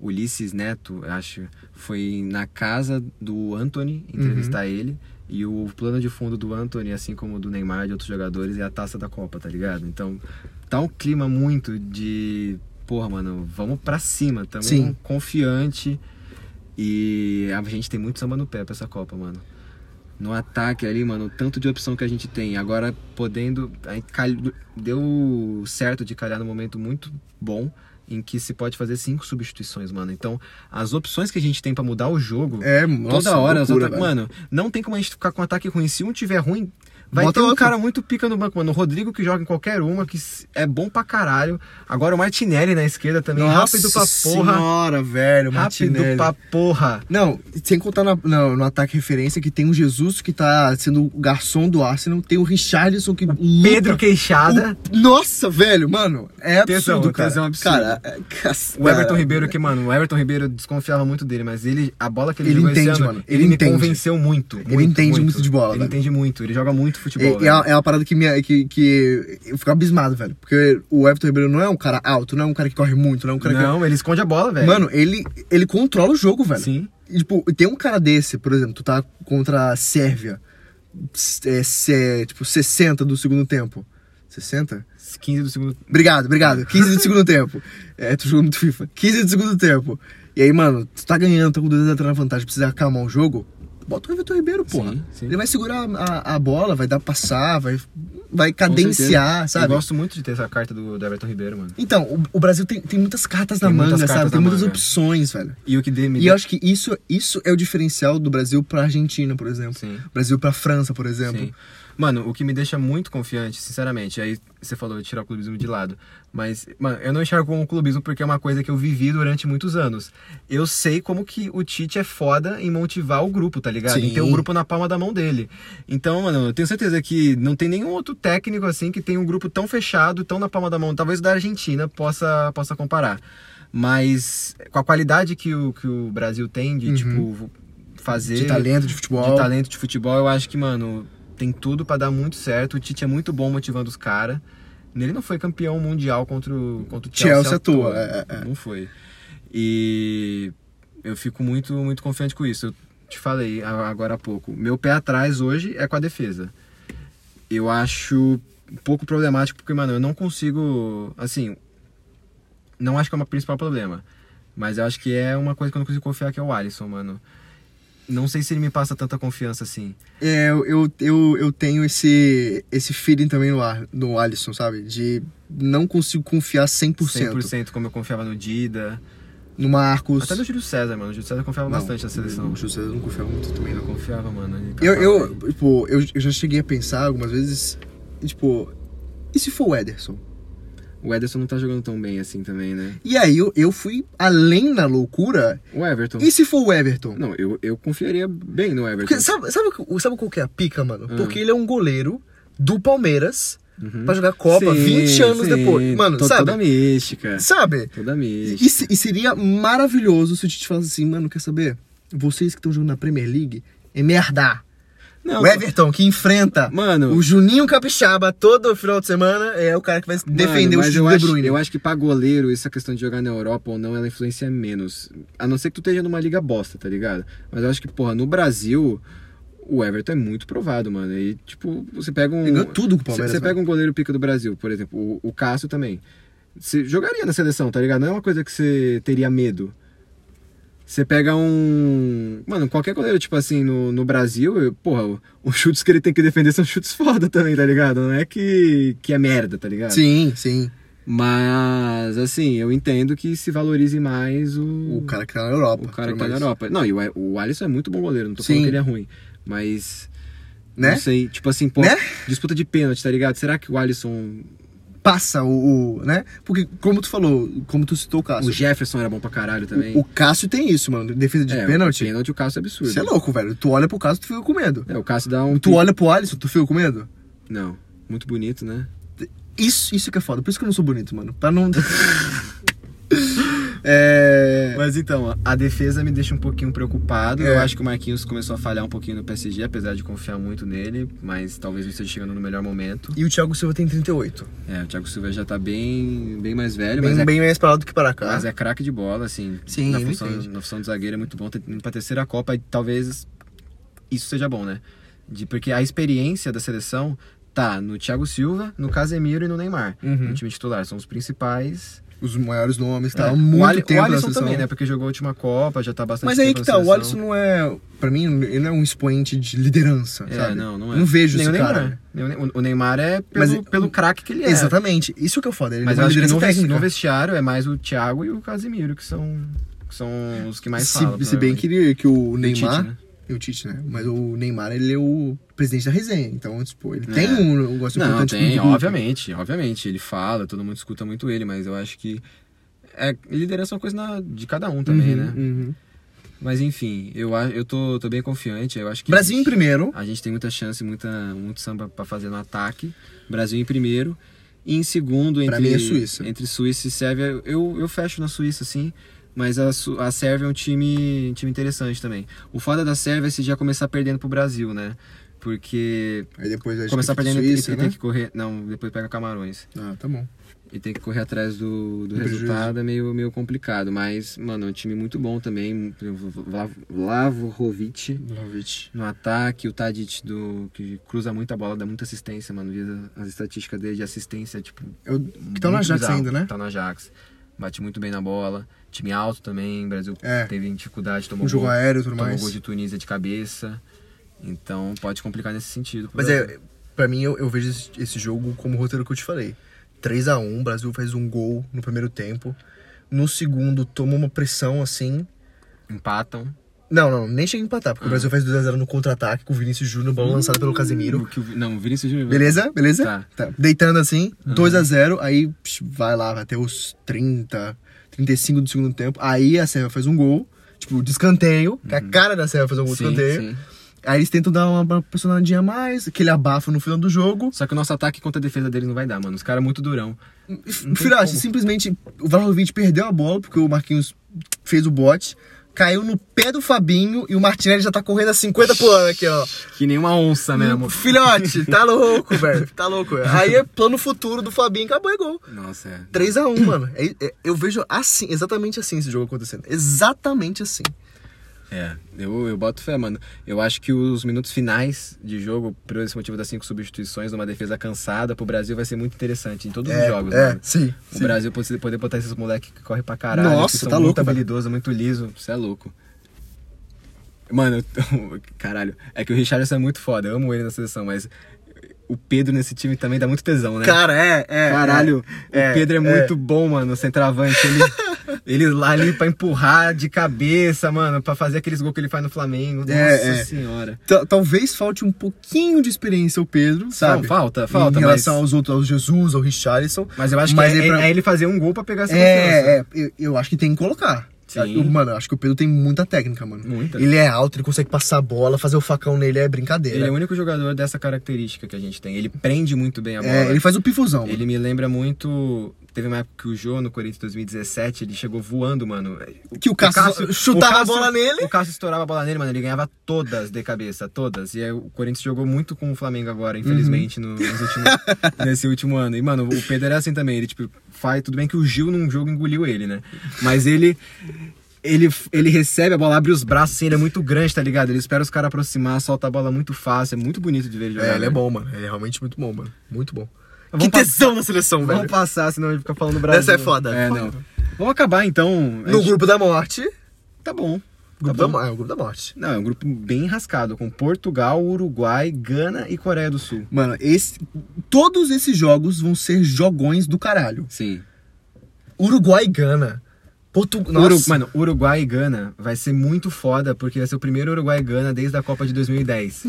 A: Ulisses Neto, eu acho, foi na casa do Anthony entrevistar
B: Uhum.
A: ele. E o plano de fundo do Anthony, assim como o do Neymar e de outros jogadores, é a taça da Copa, tá ligado? Então, tá um clima muito de. Porra, mano, vamos pra cima. Tamo
B: Sim.
A: confiante. E a gente tem muito samba no pé pra essa Copa, mano. No ataque ali, mano, o tanto de opção que a gente tem. Agora, podendo. aí calhou- Deu certo de calhar num momento muito bom em que se pode fazer cinco substituições, mano. Então, as opções que a gente tem pra mudar o jogo,
B: É, nossa,
A: toda hora, os
B: loucura,
A: ataques-
B: velho.
A: mano, não tem como a gente ficar com um ataque ruim. Se um tiver ruim, vai
B: Bota
A: ter um
B: outro.
A: cara muito pica no banco, mano. O Rodrigo que joga em qualquer uma, que s- é bom pra caralho. Agora o Martinelli na esquerda também,
B: Nossa
A: é rápido pra porra.
B: senhora, velho,
A: Rápido
B: Martinelli.
A: pra porra.
B: Não, sem contar na- na- no ataque referência que tem o Jesus que tá sendo o garçom do Arsenal, tem o Richarlison que luta-
A: Pedro Queixada.
B: O- Nossa, velho, mano, é
A: Tesão,
B: absurdo, cara.
A: tesão absurdo.
B: Cara, é- cas-
A: O Everton
B: cara,
A: Ribeiro que, mano, o Everton Ribeiro desconfiava muito dele, mas ele, a bola que ele,
B: Ele
A: jogou esse
B: entende,
A: ano,
B: mano.
A: ele,
B: Ele
A: me
B: entende.
A: convenceu muito.
B: Ele entende muito de bola,
A: Ele
B: velho.
A: entende muito, ele joga muito futebol.
B: É, é,
A: velho.
B: uma- é uma parada que, me, que, que eu fico abismado, velho. Porque o Everton Ribeiro não é um cara alto, não é um cara que corre muito, não é um cara
A: Não, ele esconde a bola,
B: que.
A: velho.
B: Mano, ele, ele controla o jogo, velho.
A: Sim.
B: E, tipo, tem um cara desse, por exemplo, tu tá contra a Sérvia, s- é, se- tipo, 60 do segundo tempo. 60?
A: 15 do segundo.
B: Obrigado, obrigado. 15 do segundo tempo. É, tu jogou muito FIFA. 15 do segundo tempo. E aí, mano, tu tá ganhando, tá com 2 x na vantagem, precisa acalmar o jogo. Bota o Everton Ribeiro, porra.
A: Sim, sim.
B: Ele vai segurar a, a bola, vai dar passar, vai, vai cadenciar, sabe?
A: Eu gosto muito de ter essa carta do, do Everton Ribeiro, mano.
B: Então, o, o Brasil tem, tem muitas cartas na
A: Tem
B: manga,
A: muitas
B: sabe?
A: cartas
B: tem
A: na
B: muitas
A: manga.
B: opções, velho.
A: E o que dê, me
B: E eu acho que isso, isso é o diferencial do Brasil pra Argentina, por exemplo.
A: Sim.
B: Brasil pra França, por exemplo.
A: Sim. Mano, o que me deixa muito confiante, sinceramente, aí você falou de tirar o clubismo de lado. Mas, mano, eu não enxergo como clubismo porque é uma coisa que eu vivi durante muitos anos. Eu sei como que o Tite é foda em motivar o grupo, tá ligado? Em ter o
B: Sim.
A: grupo na palma da mão dele. Então, mano, eu tenho certeza que não tem nenhum outro técnico assim que tem um grupo tão fechado, tão na palma da mão. Talvez o da Argentina possa, possa comparar. Mas com a qualidade que o, que o Brasil tem de,
B: Uhum.
A: tipo, fazer
B: De talento, de futebol.
A: de talento de futebol, eu acho que, mano, tem tudo pra dar muito certo. O Tite é muito bom motivando os caras. Ele não foi campeão mundial contra o, contra o Chelsea.
B: Chelsea à toa,
A: toa.
B: é, é, é.
A: Não foi. E eu fico muito, muito confiante com isso. Eu te falei a- agora há pouco. Meu pé atrás hoje é com a defesa. Eu acho um pouco problemático porque, mano, eu não consigo. Assim, não acho que é o principal problema. Mas eu acho que é uma coisa que eu não consigo confiar, que é o Alisson, mano. Não sei se ele me passa tanta confiança assim.
B: É, eu, eu, eu, eu tenho esse, esse feeling também no, Ar, no Alisson, sabe? De não consigo confiar 100%,
A: 100% como eu confiava no Dida.
B: no Marcos.
A: Até no Júlio César, mano. O Júlio César eu confiava
B: Não,
A: bastante na seleção. Tá,
B: O José não confia muito também,
A: Eu
B: não.
A: confiava, mano. ele
B: Eu,
A: cantava,
B: eu,
A: velho.
B: tipo, eu, eu já cheguei a pensar algumas vezes, tipo, e se for o Ederson?
A: O Ederson não tá jogando tão bem assim também, né?
B: E aí eu, eu fui além na loucura,
A: O Everton.
B: e se for o Everton?
A: Não, eu, eu confiaria bem no Everton.
B: Porque sabe, sabe, o- sabe qual que é a pica, mano?
A: Hum.
B: Porque ele é um goleiro do Palmeiras
A: Uhum.
B: pra jogar Copa
A: Sim,
B: 20 anos
A: sim.
B: depois. Mano,
A: Tô-
B: sabe?
A: Toda mística.
B: Sabe?
A: Toda
B: E,
A: mística.
B: se- e seria maravilhoso se o Tite falasse assim, mano, quer saber? Vocês que estão jogando na Premier League, é merda.
A: Não,
B: o Everton que enfrenta
A: Mano.
B: o Juninho Capixaba todo final de semana é o cara que vai
A: Mano,
B: defender o
A: mas
B: Juninho
A: eu
B: De
A: acho-
B: Bruyne.
A: eu acho que pra goleiro, essa questão de jogar na Europa ou não, ela influencia menos. A não ser que tu esteja numa liga bosta, tá ligado? Mas eu acho que, porra, no Brasil, o Everton é muito provado, mano. E, tipo, você pega um.
B: Ele ganhou tudo com
A: Você-
B: o Palmeiras,
A: Você
B: velho.
A: pega um goleiro pica do Brasil, por exemplo, o, o Cássio também. Você jogaria na seleção, tá ligado? Não é uma coisa que você teria medo. Você pega um. Mano, qualquer goleiro, tipo assim, no, no Brasil, eu- porra, o- os chutes que ele tem que defender são chutes foda também, tá ligado? Não é que, que é merda, tá ligado?
B: Sim, sim.
A: Mas, assim, eu entendo que se valorize mais o,
B: O cara que tá na Europa.
A: o cara que
B: tudo
A: tá na
B: mais.
A: Europa. Não, e o, o Alisson é muito bom goleiro, não tô
B: Sim.
A: falando que ele é ruim. Mas,
B: Né?
A: não sei, tipo assim, pô,
B: Né?
A: disputa de pênalti, tá ligado? Será que o Alisson,
B: Passa o, o- né? Porque, como tu falou, como tu citou o Cássio.
A: o Jefferson era bom pra caralho também?
B: O, o Cássio tem isso, mano. Defesa de
A: é,
B: pênalti.
A: O pênalti, o Cássio é absurdo.
B: Você é louco, velho. Tu olha pro Cássio, tu fica com medo.
A: É, o Cássio dá um...
B: Tu olha pro Alisson, tu fica com medo.
A: Não, muito bonito, né?
B: Isso, isso que é foda. Por isso que eu não sou bonito, mano. Pra não. é.
A: Mas então, ó, a defesa me deixa um pouquinho preocupado.
B: É.
A: Eu acho que o Marquinhos começou a falhar um pouquinho no PSG, apesar de confiar muito nele, mas talvez não esteja chegando no melhor momento.
B: E o Thiago Silva tem 38.
A: É, o Thiago Silva já tá bem, bem mais velho,
B: Bem,
A: mas, é,
B: bem mais pra lá do que para cá.
A: mas é craque de bola, assim.
B: Tá. Sim,
A: na
B: ele
A: função,
B: entende.
A: na função de zagueiro é muito bom, tá indo pra terceira Copa, e talvez isso seja bom, né? De, porque a experiência da seleção tá no Thiago Silva, no Casemiro e no Neymar.
B: Uhum.
A: No time titular, são os principais.
B: Os maiores nomes, tá?
A: É.
B: Há muito
A: o, Ali-
B: tempo
A: o
B: na
A: Alisson né?
B: seleção.
A: também, né? Porque jogou a última Copa, já tá bastante
B: Mas aí
A: tempo
B: que
A: na
B: tá, o
A: seleção.
B: Alisson não é pra mim, ele não é um expoente de liderança,
A: É,
B: sabe?
A: não, não é.
B: Não vejo
A: Nem
B: esse
A: o Neymar.
B: cara.
A: é. Nem o Ne- O Neymar é
B: Mas
A: pelo,
B: eu-
A: pelo craque que ele é.
B: Exatamente. Isso que é o foda. Ele
A: Mas
B: é
A: eu
B: uma
A: acho que
B: liderança
A: no, ves-
B: técnica.
A: no vestiário é mais o Thiago e o Casimiro que são, que são os que mais
B: se,
A: falam.
B: se bem que, ele- que o Neymar...
A: né?
B: E o Tite, né? Mas o Neymar, ele é o presidente da resenha. Então, tipo, ele
A: É.
B: tem um, um gosto
A: Não,
B: importante. pro
A: tem,
B: grupo.
A: obviamente, obviamente. Ele fala, todo mundo escuta muito ele, mas eu acho que. É, liderança é uma coisa na- de cada um também,
B: Uhum,
A: né?
B: uhum.
A: Mas enfim, eu, a- eu tô, tô bem confiante. Eu acho que.
B: Brasil em primeiro.
A: A gente tem muita chance, muita, muito samba pra fazer no ataque. Brasil em primeiro. E em segundo, entre,
B: Pra mim é Suíça.
A: entre Suíça e Sérvia, eu, eu fecho na Suíça, sim. Mas a, Su- a Sérvia é um time, um time interessante também. O foda da Sérvia é se já começar perdendo pro Brasil, né? Porque
B: Aí depois a gente
A: começar
B: tem que ir
A: perdendo
B: pra
A: e
B: Suíça,
A: tem
B: né?
A: que correr. Não, depois pega Camarões.
B: Ah, tá bom.
A: E tem que correr atrás do, do
B: Do prejuízo.
A: resultado, é meio, meio complicado. Mas, mano, é um time muito bom também. Lavrovic
B: Vlahovic.
A: no ataque, o Tadic do que cruza muita bola, dá muita assistência, mano. Visa as estatísticas dele de assistência, tipo,
B: Eu- Que tá
A: muito
B: no Ajax
A: bizarro.
B: ainda, né?
A: Tá no Ajax. Bate muito bem na bola. Time alto também, o Brasil
B: É.
A: teve dificuldade, tomou
B: Um jogo
A: gol,
B: aéreo e tudo
A: tomou
B: mais.
A: gol de Tunísia de cabeça. Então, pode complicar nesse sentido. pro
B: Mas
A: Brasil.
B: é, pra mim, eu, eu vejo esse, esse jogo como o roteiro que eu te falei. 3 a 1 o Brasil faz um gol no primeiro tempo. No segundo, toma uma pressão assim.
A: empatam.
B: Não, não, nem chega a empatar,
A: Ah.
B: porque o Brasil faz 2x0 no contra-ataque com o Vinícius Júnior, bola lançada pelo Casemiro.
A: O Hum, que o- não, o Vinícius Júnior.
B: Beleza? Beleza?
A: Tá. Uhum.
B: Tá. Deitando assim, 2x0, aí psh, vai lá até os 30, 35 do segundo tempo. Aí a Sérvia faz um gol, tipo, de escanteio, que é a cara da Sérvia faz um gol de
A: Uhum. Sim,
B: escanteio.
A: sim.
B: Aí eles tentam dar uma- uma personadinha a mais, aquele abafo no final do jogo.
A: Só que o nosso ataque contra a defesa deles não vai dar, mano. Os caras é muito durão. tem
B: Filhote,
A: como.
B: simplesmente o Vlahovic perdeu a bola, porque o Marquinhos fez o bote, caiu no pé do Fabinho e o Martinelli já tá correndo a 50 por hora aqui, ó.
A: Que nem uma onça mesmo.
B: Filhote, tá louco, velho. Tá louco, velho. Aí é plano futuro do Fabinho, acabou e gol.
A: Nossa, é.
B: 3x1, mano. É- é- eu vejo assim, exatamente assim esse jogo acontecendo. Exatamente assim.
A: É, eu, eu boto fé, mano. Eu acho que os minutos finais de jogo, por esse motivo das cinco substituições, numa defesa cansada, pro Brasil vai ser muito interessante em todos os jogos,
B: é,
A: mano.
B: sim.
A: O
B: sim.
A: Brasil poder, poder botar esses moleques que correm pra caralho,
B: Nossa,
A: que são
B: tá
A: muito
B: louco, velho.
A: habilidoso, muito liso. Você é louco. Mano, eu tô- caralho. É que o Richardson é muito foda, eu amo ele na seleção, mas o Pedro nesse time também dá muito tesão, né?
B: Cara, é, é.
A: Caralho,
B: é,
A: o Pedro é,
B: é.
A: muito bom, mano, o centroavante. Ele, ele lá ali pra empurrar de cabeça, mano, pra fazer aqueles gols que ele faz no Flamengo. Nossa
B: É, é.
A: senhora.
B: Tal- Talvez falte um pouquinho de experiência ao Pedro, sabe?
A: Não, falta, falta,
B: Em relação
A: mas,
B: aos outros, ao Jesus, ao Richarlison.
A: mas eu acho
B: mas
A: que é,
B: é pra-
A: é ele fazer um gol pra pegar essa confiança.
B: É, é, eu, eu acho que tem que colocar.
A: Sim.
B: Eu- mano, eu acho que o Pedro tem muita técnica, mano.
A: Muita.
B: Ele é alto, ele consegue passar a bola, fazer o facão nele é brincadeira.
A: Ele é o único jogador dessa característica que a gente tem. Ele prende muito bem a bola.
B: É, ele faz o pifuzão.
A: Ele me lembra muito. Teve uma época que o Jô, no Corinthians 2017, ele chegou voando, mano.
B: Que o Cássio chutava a bola nele.
A: O Cássio estourava a bola nele, mano. Ele ganhava todas de cabeça, todas. E aí, o Corinthians jogou muito com o Flamengo agora,
B: Uhum.
A: infelizmente, no- nos últimos- nesse último ano. E, mano, o Pedro é assim também. Ele, tipo, faz. Tudo bem que o Gil num jogo engoliu ele, né? Mas ele. Ele, ele recebe a bola, abre os braços, assim, ele é muito grande, tá ligado? Ele espera os caras aproximar, solta a bola muito fácil, é muito bonito de ver ele jogar. né?
B: É, ele é
A: velho.
B: bom, mano. Ele é realmente muito bom, mano. Muito bom.
A: Vamos
B: que tesão na seleção, velho.
A: Vamos passar, senão a gente fica falando do Brasil.
B: Essa é foda.
A: É, não. Vamos acabar então. A
B: No
A: gente-
B: grupo da morte.
A: Tá bom.
B: Grupo
A: tá
B: da
A: bom.
B: morte. É, o grupo da morte.
A: Não, é um grupo bem rascado, com Portugal, Uruguai, Gana e Coreia do Sul.
B: Mano, esse, todos esses jogos vão ser jogões do caralho.
A: Sim.
B: Uruguai e Gana. Portugal. Nossa.
A: Uru... Mano, Uruguai e Gana vai ser muito foda, porque vai ser o primeiro Uruguai e Gana desde a Copa de 2010.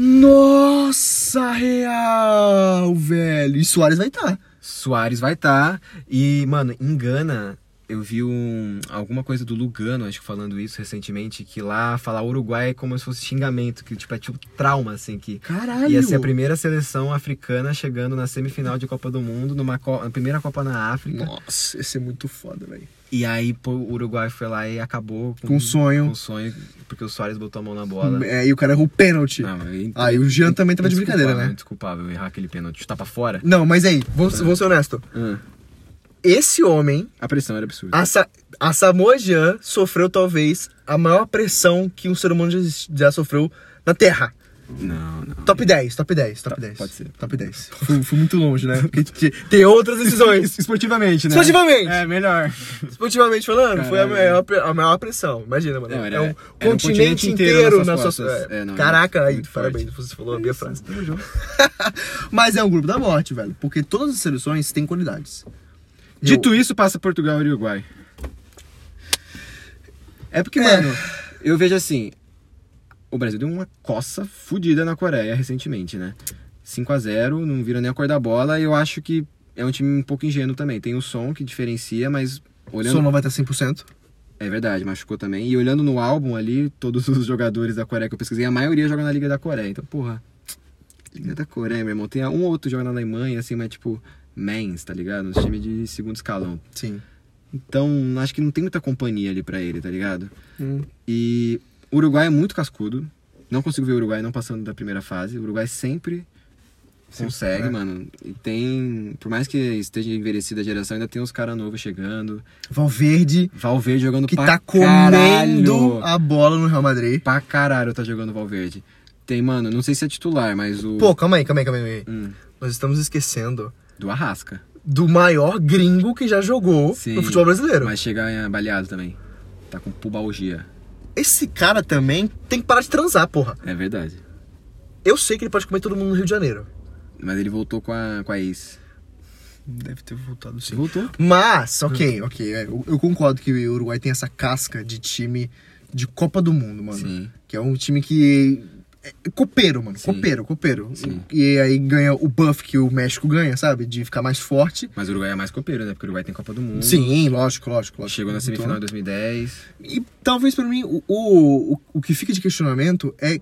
B: Nossa, real, velho. E Soares vai tá. estar.
A: Soares vai estar. E, mano, em Gana, eu vi um, alguma coisa do Lugano, acho que falando isso recentemente, que lá falar Uruguai é como se fosse xingamento, que tipo, é tipo trauma, assim, que
B: Caralho.
A: Ia ser a primeira seleção africana chegando na semifinal de Copa do Mundo, numa co- na primeira Copa na África.
B: Nossa, ia ser muito foda, velho.
A: E aí pô, o Uruguai foi lá e acabou com,
B: Com sonho.
A: com o sonho, porque o Soares botou a mão na bola.
B: É, e o cara errou o pênalti.
A: Não, mas in-
B: Aí o Jean também tava de brincadeira,
A: indesculpável,
B: né? É.
A: Indesculpável errar aquele pênalti. Chutar pra fora.
B: Não, mas aí, vamos, vamos ser honesto. Esse homem,
A: Ah. A pressão era absurda.
B: a, Sa a Samoa Jean, sofreu talvez a maior pressão que um ser humano já, exist- já sofreu na Terra.
A: Não, não.
B: Top 10, top 10, top
A: Tá,
B: 10.
A: pode ser.
B: Top 10. Ah, Fui, fui muito longe, né? Porque te- tem outras decisões.
A: Esportivamente, né?
B: Esportivamente.
A: É, melhor.
B: Esportivamente falando, foi a
A: Caralho.
B: maior, pre- a maior pressão. Imagina, mano.
A: Não, era-
B: é um
A: era
B: continente, inteiro, nas suas
A: costas.
B: é,
A: É, não,
B: Caraca,
A: era
B: aí,
A: muito
B: parabéns, você falou a minha frase.
C: Mas é um grupo da morte, velho. Porque todas as seleções têm qualidades.
A: Dito isso, passa Portugal e Uruguai. É porque, mano, eu vejo assim. O Brasil deu uma coça fodida na Coreia recentemente, né? 5 a 0 não viram nem a cor da bola. E eu acho que é um time um pouco ingênuo também. Tem o som que diferencia, mas olhando.
B: Só não vai estar 100%.
A: É verdade, machucou também. E olhando no álbum ali, todos os jogadores da Coreia que eu pesquisei, a maioria joga na Liga da Coreia. Então, porra, Liga da Coreia, meu irmão. Tem um ou outro que joga na Alemanha, assim, mas tipo, mens, tá ligado? Uns time de segundo escalão.
B: Sim.
A: Então, acho que não tem muita companhia ali pra ele, tá ligado?
B: Hum.
A: E o Uruguai é muito cascudo. Não consigo ver o Uruguai não passando da primeira fase. O Uruguai sempre
B: né?
A: consegue, mano. E tem, por mais que esteja envelhecida a geração, ainda tem uns caras novos chegando.
B: Valverde,
A: Valverde jogando
B: que
A: pra
B: tá
A: caralho.
B: comendo um a bola no Real Madrid.
A: Pra caralho tá jogando o Valverde. Tem, mano, não sei se é titular, mas o.
B: Pô, calma aí, calma aí, calma aí.
A: Hum,
B: Nós estamos esquecendo
A: do Arrasca.
B: do maior gringo que já jogou
A: Sim.
B: no futebol brasileiro.
A: Mas chega baleado também. Tá com pubalgia.
B: Esse cara também tem que parar de transar, porra.
A: É verdade.
B: Eu sei que ele pode comer todo mundo no Rio de Janeiro.
A: Mas ele voltou com a, com a ex.
C: Deve ter voltado sim.
A: Voltou?
B: Mas, ok, ok. é, eu, eu concordo que o Uruguai tem essa casca de time de Copa do Mundo, mano.
A: Sim.
B: Que é um time que. É copeiro, mano.
A: Sim.
B: Copeiro, copeiro.
A: Sim.
B: E aí ganha o buff que o México ganha, sabe? De ficar mais forte.
A: Mas o Uruguai é mais copeiro, né? Porque o Uruguai tem Copa do Mundo.
B: Sim, Então. lógico, lógico, lógico.
A: Uhum. Chegou na semifinal em 2010.
B: E talvez pra mim o, o, o- o que fica de questionamento é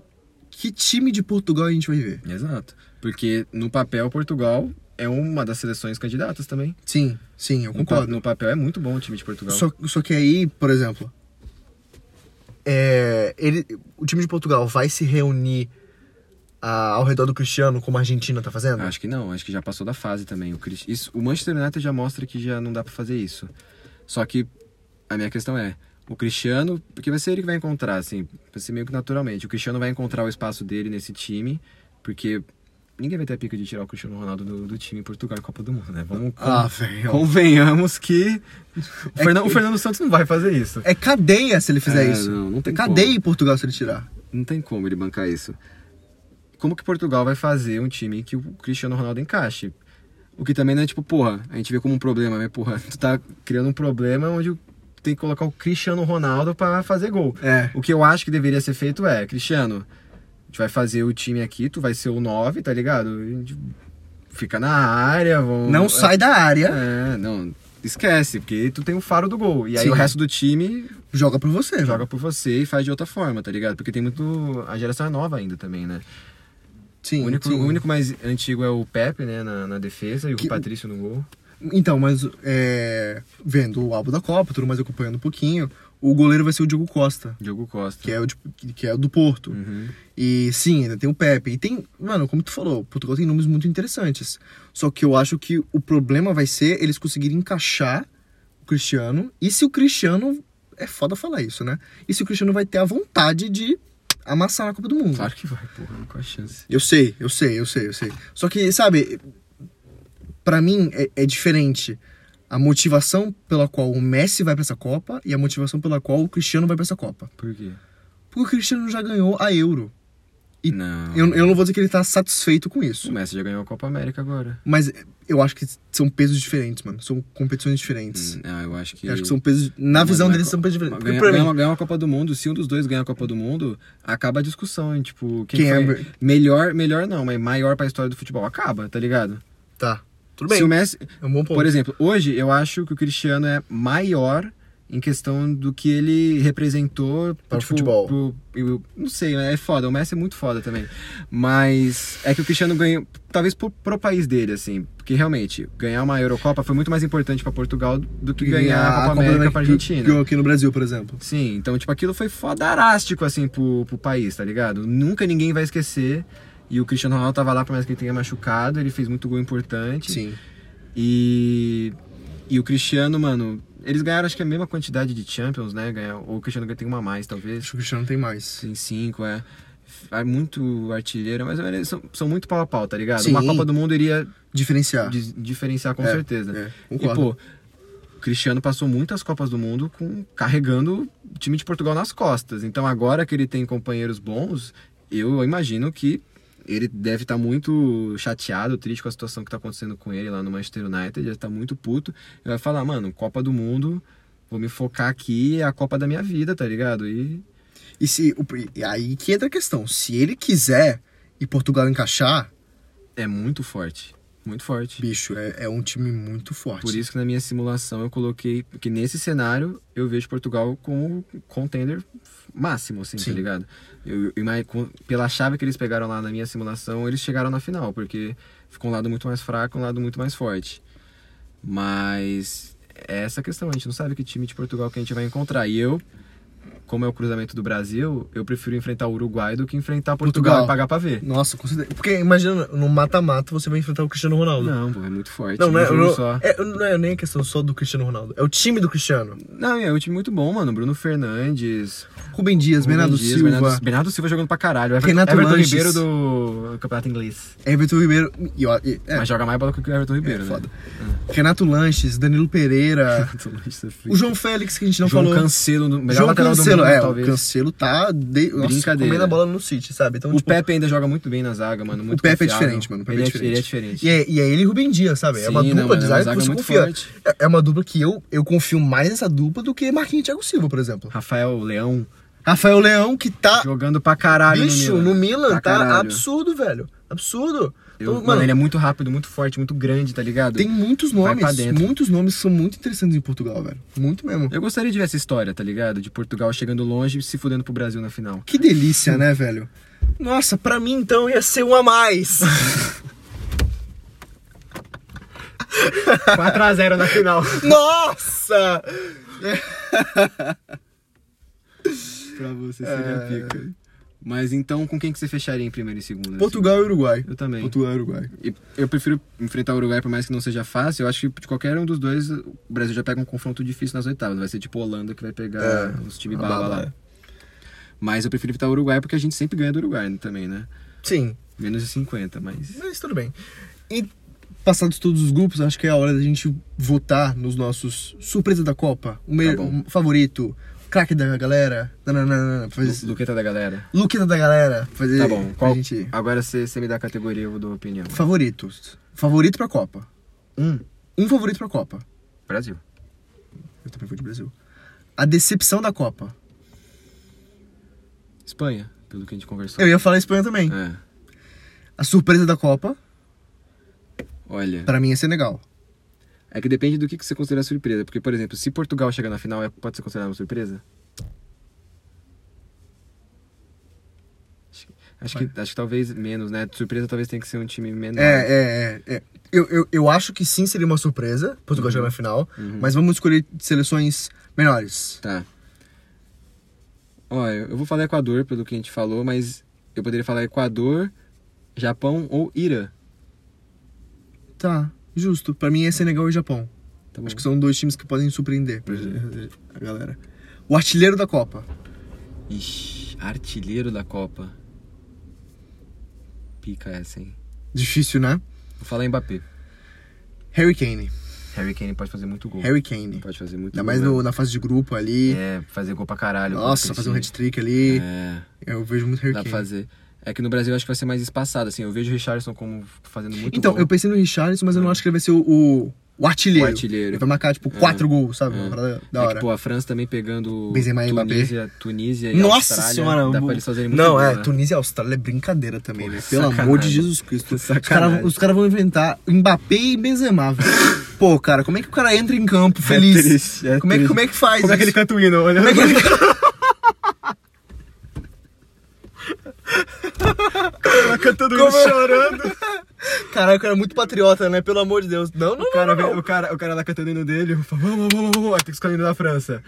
B: que time de Portugal a gente vai ver.
A: Exato. Porque no papel, Portugal é uma das seleções candidatas também.
B: Sim, sim, eu
A: No pa-
B: concordo.
A: No papel é muito bom o time de Portugal.
B: Só, só que aí, por exemplo, é, ele, o time de Portugal vai se reunir a- ao redor do Cristiano como a Argentina tá fazendo?
A: Acho que não, acho que já passou da fase também. O, Cris- isso- o Manchester United já mostra que já não dá pra fazer isso. Só que a minha questão é, o Cristiano, porque vai ser ele que vai encontrar, assim, vai ser meio que naturalmente. O Cristiano vai encontrar o espaço dele nesse time, porque ninguém vai ter a pica de tirar o Cristiano Ronaldo do, do time em Portugal em Copa do Mundo, né? Vamos con-
B: Ah, velho.
A: convenhamos que o, Fernan- o Fernando Santos não vai fazer isso.
B: É cadeia É se ele fizer
A: É,
B: isso.
A: não, não tem
B: cadeia
A: como.
B: em Portugal se ele tirar.
A: Não tem como ele bancar isso. Como que Portugal vai fazer um time que o Cristiano Ronaldo encaixe? O que também não é tipo, porra, a gente vê como um problema, mas porra, tu tá criando um problema onde tem que colocar o Cristiano Ronaldo pra fazer gol.
B: É.
A: O que eu acho que deveria ser feito é, Cristiano, a gente vai fazer o time aqui, tu vai ser o 9, tá ligado? A gente fica na área, é. vamos...
B: Não sai da área,
A: É, não, esquece, porque tu tem o faro do gol. E aí
B: Sim.
A: o resto do time
B: joga pra você.
A: joga por você e faz de outra forma, tá ligado? Porque tem muito. A geração é nova ainda também, né?
B: Sim,
A: o, único,
B: sim.
A: o único mais antigo é o Pepe, né? Na, na defesa e
B: Que-
A: o Patrício no gol.
B: Então, mas é, vendo o álbum da Copa, tudo mais acompanhando um pouquinho, o goleiro vai ser o Diogo Costa,
A: Diogo Costa.
B: que é o, de- que é o do Porto.
A: Uhum.
B: E sim, ainda tem o Pepe. E tem, mano, como tu falou, Portugal tem nomes muito interessantes. Só que eu acho que o problema vai ser eles conseguirem encaixar o Cristiano. E se o Cristiano. É foda falar isso, né? E se o Cristiano vai ter a vontade de amassar na Copa do Mundo.
A: um Claro que vai, porra. Qual a chance?
B: Eu sei, eu sei, eu sei, eu sei. Só que, sabe, pra mim é, é diferente a motivação pela qual o Messi vai pra essa Copa e a motivação pela qual o Cristiano vai pra essa Copa.
A: Por quê?
B: Porque o Cristiano já ganhou a Euro. E
A: não.
B: Eu, eu não vou dizer que ele tá satisfeito com
A: O
B: isso,
A: Messi já ganhou a Copa América agora.
B: mas eu acho que são pesos diferentes, mano. São competições diferentes.
A: Hum, Não, eu acho que.
B: Eu acho que são pesos. Na
A: Mas
B: visão
A: vai
B: deles,
A: co-
B: são pesos diferentes. Porque
A: Ganhar,
B: pra
A: ganhar,
B: mim,
A: uma, ganhar uma Copa do Mundo, se um dos dois ganhar a Copa do Mundo, acaba a discussão, hein? Tipo, quem,
B: quem é.
A: foi melhor, melhor não, mas maior pra história do futebol. Acaba, tá ligado?
B: Tá. Tudo
A: Se
B: bem.
A: o Messi,
B: É um bom ponto.
A: Por exemplo, hoje eu acho que o Cristiano é maior em questão do que ele representou
B: Para o futebol.
A: pro- eu- não sei, é foda. O Messi é muito foda também. Mas é que o Cristiano ganhou, talvez pro, pro país dele, assim. Porque realmente, ganhar uma Eurocopa foi muito mais importante para Portugal do que ganhar, a Copa, América pra
B: que-
A: Argentina.
B: que eu aqui no Brasil, por exemplo.
A: Sim, então, tipo, aquilo foi fodarástico, assim, pro, pro país, tá ligado? Nunca ninguém vai esquecer. E o Cristiano Ronaldo tava lá, por mais que ele tenha machucado, ele fez muito gol importante.
B: Sim.
A: E, e o Cristiano, mano, eles ganharam acho que a mesma quantidade de Champions, né? Ganhar, ou o Cristiano tem uma a mais, talvez.
B: Acho que o Cristiano tem mais.
A: Tem cinco, é. é muito artilheiro, mas eles são, são muito pau a pau, tá ligado?
B: Sim.
A: Uma Copa do Mundo iria
B: Diferenciar.
A: di- diferenciar com
B: É,
A: certeza.
B: é,
A: e,
B: concordo.
A: pô, o Cristiano passou muitas Copas do Mundo com, carregando o time de Portugal nas costas. Então, agora que ele tem companheiros bons, eu imagino que ele deve estar muito chateado, triste com a situação que tá acontecendo com ele lá no Manchester United. Ele tá muito puto. Ele vai falar, mano, Copa do Mundo, vou me focar aqui, é a Copa da minha vida, tá ligado? E
B: E se. o pri- e aí que entra a questão. Se ele quiser e Portugal encaixar,
A: é muito forte. Muito forte.
B: bicho, é, é um time muito forte.
A: Por isso que na minha simulação eu coloquei que nesse cenário eu vejo Portugal como o contender máximo, assim,
B: Sim.
A: tá ligado? Eu, eu, mas com- pela chave que eles pegaram lá na minha simulação, eles chegaram na final, porque ficou um lado muito mais fraco, um lado muito mais forte. Mas é essa a questão, a gente não sabe que time de Portugal que a gente vai encontrar. E eu, como é o cruzamento do Brasil, eu prefiro enfrentar o Uruguai do que enfrentar Portugal,
B: Portugal.
A: e pagar pra ver.
B: Nossa, com certeza. Porque imagina, no mata-mata você vai enfrentar o Cristiano Ronaldo.
A: Não, pô, é muito forte.
B: Não, não,
A: um
B: é,
A: jogo
B: não-
A: só.
B: é- não é nem a questão só do Cristiano Ronaldo. É o time do Cristiano.
A: Não, é um time muito bom, mano. Bruno Fernandes,
B: Rubem Dias,
A: Rubem
B: Bernardo
A: Dias,
B: Silva,
A: Bernardo, Bernardo Silva jogando pra caralho. Ever-
B: Renato
A: Everton
B: Lanches.
A: Ribeiro do Campeonato Inglês.
B: Everton Ribeiro. e ó, e- é,
A: Mas joga mais bola que o Everton Ribeiro,
B: é
A: né?
B: foda. Renato Lanches, Danilo Pereira.
A: Everton Lanches é
B: o
A: frio.
B: João Félix, que a gente não
A: João
B: falou.
A: Cancelo, no- melhor
B: João
A: lateral
B: Cancelo,
A: do mundo,
B: é,
A: talvez.
B: o Cancelo tá de, nossa,
A: Brincadeira.
B: comendo a bola no City, sabe? Então,
A: O
B: tipo,
A: Pepe ainda joga muito bem na zaga, mano. Muito
B: o Pepe é
A: confiável.
B: diferente, mano. O Pepe
A: ele
B: é
A: Ele é
B: diferente.
A: diferente.
B: E é, e é ele e Rubem Dias, sabe? é uma
A: Sim,
B: dupla
A: não,
B: de
A: é uma
B: zaga que
A: zaga
B: você
A: muito
B: confia.
A: forte.
B: É- É uma dupla que eu, eu confio mais nessa dupla do que Marquinhos e Thiago Silva, por exemplo.
A: Rafael Leão
B: Rafael Leão, que tá.
A: jogando pra caralho
B: bicho, no Milan,
A: Pra
B: tá
A: caralho.
B: absurdo, velho. Absurdo.
A: Eu-
B: Então,
A: mano, ele é muito rápido, muito forte, muito grande, tá ligado?
B: tem muitos
A: Vai pra
B: nomes.
A: dentro.
B: Muitos nomes que são muito interessantes em Portugal, velho. Muito mesmo.
A: Eu gostaria de ver essa história, tá ligado? De Portugal chegando longe e se fudendo pro Brasil na final.
B: Que delícia, né, velho? Nossa, pra mim então ia ser um a mais.
A: 4x0 na final.
B: Nossa!
A: pra você
B: É.
A: seria pica. Mas então, com quem que você fecharia em primeiro e segundo? assim?
B: Portugal e Uruguai.
A: Eu também.
B: Portugal e Uruguai.
A: E eu prefiro enfrentar o Uruguai, por mais que não seja fácil. Eu acho que de qualquer um dos dois, o Brasil já pega um confronto difícil nas oitavas. Vai ser tipo a Holanda que vai pegar
B: É,
A: os times
B: a
A: bala
B: bala,
A: lá.
B: é.
A: Mas eu prefiro enfrentar o Uruguai porque a gente sempre ganha do Uruguai também, né?
B: Sim,
A: Menos de 50, mas.
B: mas tudo bem. E passados todos os grupos, acho que é a hora da gente votar nos nossos surpresa da Copa, o meu
A: Tá bom.
B: favorito, craque da galera, nananana, fazer esse-
A: Lu- Luqueta tá da galera.
B: Luqueta da galera, fazer
A: Tá bom.
B: pra
A: Qual...
B: gente
A: Agora você você me dá a categoria, eu dou a opinião.
B: favoritos. Favorito pra Copa.
A: Um.
B: Um favorito pra Copa.
A: Brasil.
B: Eu também vou de Brasil. A decepção da Copa.
A: Espanha, pelo que a gente conversou.
B: Eu ia falar Espanha também.
A: É.
B: A surpresa da Copa,
A: Olha.
B: pra mim é Senegal.
A: É que depende do que que você considera surpresa. Porque, por exemplo, se Portugal chegar na final, é- pode ser considerado uma surpresa? Acho, que- acho que, acho que talvez menos, né? Surpresa talvez tenha que ser um time menor.
B: É, é, é. é. Eu, eu, eu acho que sim seria uma surpresa Portugal
A: Uhum.
B: chegar na final, mas vamos escolher seleções menores.
A: Tá. Ó, eu eu vou falar Equador, pelo que a gente falou, mas eu poderia falar Equador, Japão ou Irã.
B: Tá, justo. Pra mim é Senegal e Japão.
A: Tá bom. Uhum.
B: Acho que são dois times que podem surpreender pra a galera. O artilheiro da Copa.
A: Ixi, artilheiro da Copa. Pica essa, hein?
B: Difícil, né?
A: Vou falar Mbappé.
B: Harry Kane.
A: Harry Kane pode fazer muito gol.
B: Harry Kane.
A: Pode fazer muito gol. né?
B: Ainda mais
A: mesmo.
B: no- na fase de grupo ali.
A: É, fazer gol pra caralho.
B: Nossa,
A: Contra
B: fazer um
A: esse-
B: hat-trick ali.
A: É,
B: Eu vejo muito Harry
A: dá pra
B: Kane.
A: fazer. É que no Brasil eu acho que vai ser mais espaçado, assim. Eu vejo o Richardson como fazendo muito
B: Então,
A: gol. É.
B: eu pensei no Richarlison, mas eu não acho que ele vai ser o, o, o artilheiro.
A: O artilheiro.
B: Ele vai marcar, tipo, quatro gols, sabe? Uma
A: É.
B: parada
A: É
B: da
A: que,
B: hora.
A: pô, a França também pegando
B: Benzema e Mbappé.
A: Tunísia, Tunísia e
B: Nossa
A: Austrália.
B: senhora,
A: Dá
B: o-
A: pra eles fazerem muito
B: Não,
A: gol,
B: é,
A: né?
B: Tunísia e Austrália é brincadeira também, né? Pelo
A: sacanagem.
B: amor de Jesus Cristo. Os
A: Sacanagem.
B: caras vão inventar Mbappé e Benzema, velho. Pô, cara, como é que o cara entra em campo feliz?
A: triste, é
B: como, é,
A: triste.
B: como é que faz isso?
A: canta o hino? Olha.
B: Como é que ele-
A: cantando
B: hino chorando. Caralho, o cara é muito patriota, né? Pelo amor de Deus. Não, não,
A: O cara, vem- o, cara, o cara lá cantando o hino dele, fala, vamos, vamos, vamos, vamos, aí tem que escolher o hino da França.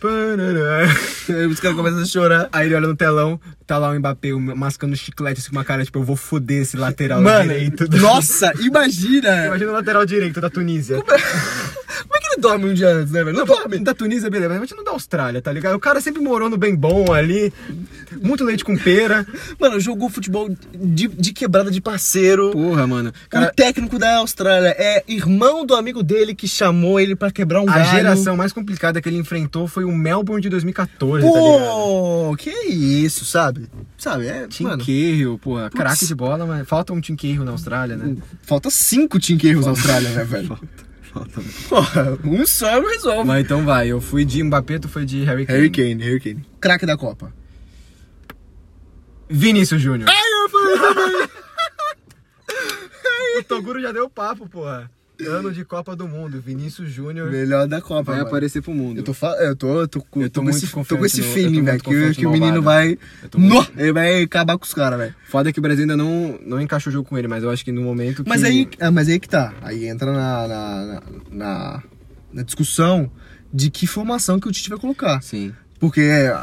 A: Parará.
B: não. Os caras começam a chorar.
A: Aí ele olha no telão, tá lá o Mbappé mascando chiclete assim, com uma cara tipo, eu vou foder esse lateral
B: Mano,
A: direito.
B: nossa, né? imagina!
A: Imagina o lateral direito da Tunísia.
B: Como é que ele dorme um dia antes, né, velho? Não, dorme.
D: é Da Tunísia, beleza, mas a gente não da Austrália, tá ligado? O cara sempre morou no bem bom ali, muito leite com pera.
B: Mano, jogou futebol de, de quebrada de parceiro.
A: Porra, mano. Cara,
B: O técnico da Austrália é irmão do amigo dele que chamou ele pra quebrar um
D: A
B: galho.
D: geração mais complicada que ele enfrentou foi o Melbourne de 2014, tá ligado?
B: Pô,
C: Que isso, sabe? Sabe, é.
A: Tim
C: mano,
A: Cahill, porra. Craque de bola, mas falta um Tim Cahill na Austrália, né?
B: falta cinco Tim Cahill na Austrália, né, velho?
A: Falta.
B: Porra, um só não resolve.
A: Mas então vai, eu fui de Mbappé, tu foi de Harry Kane.
B: Harry Kane, Harry Kane. Craque da Copa.
D: Vinícius Júnior. o Toguro já deu papo, porra. Ano de Copa do Mundo, Vinícius Júnior.
B: Melhor da Copa,
A: Vai
B: mano.
A: aparecer pro mundo.
B: Eu tô, fa- eu tô, eu tô, com-
A: Eu tô
B: tô com
A: muito
B: esse, tô
A: confiante
B: com esse
A: no- eu tô
B: feeling,
A: muito
B: velho, que,
A: confiante
B: que o
A: no
B: menino
A: Alvaro.
B: vai.
A: Eu tô muito-
B: Nó, ele vai acabar com os caras, velho.
A: Foda que o Brasil ainda não, não encaixou o jogo com ele, mas eu acho que no momento que...
B: Mas aí, ah, mas aí que tá. Aí entra na, na, na, na- na discussão de que formação que o Tite vai colocar.
A: Sim.
B: Porque, é,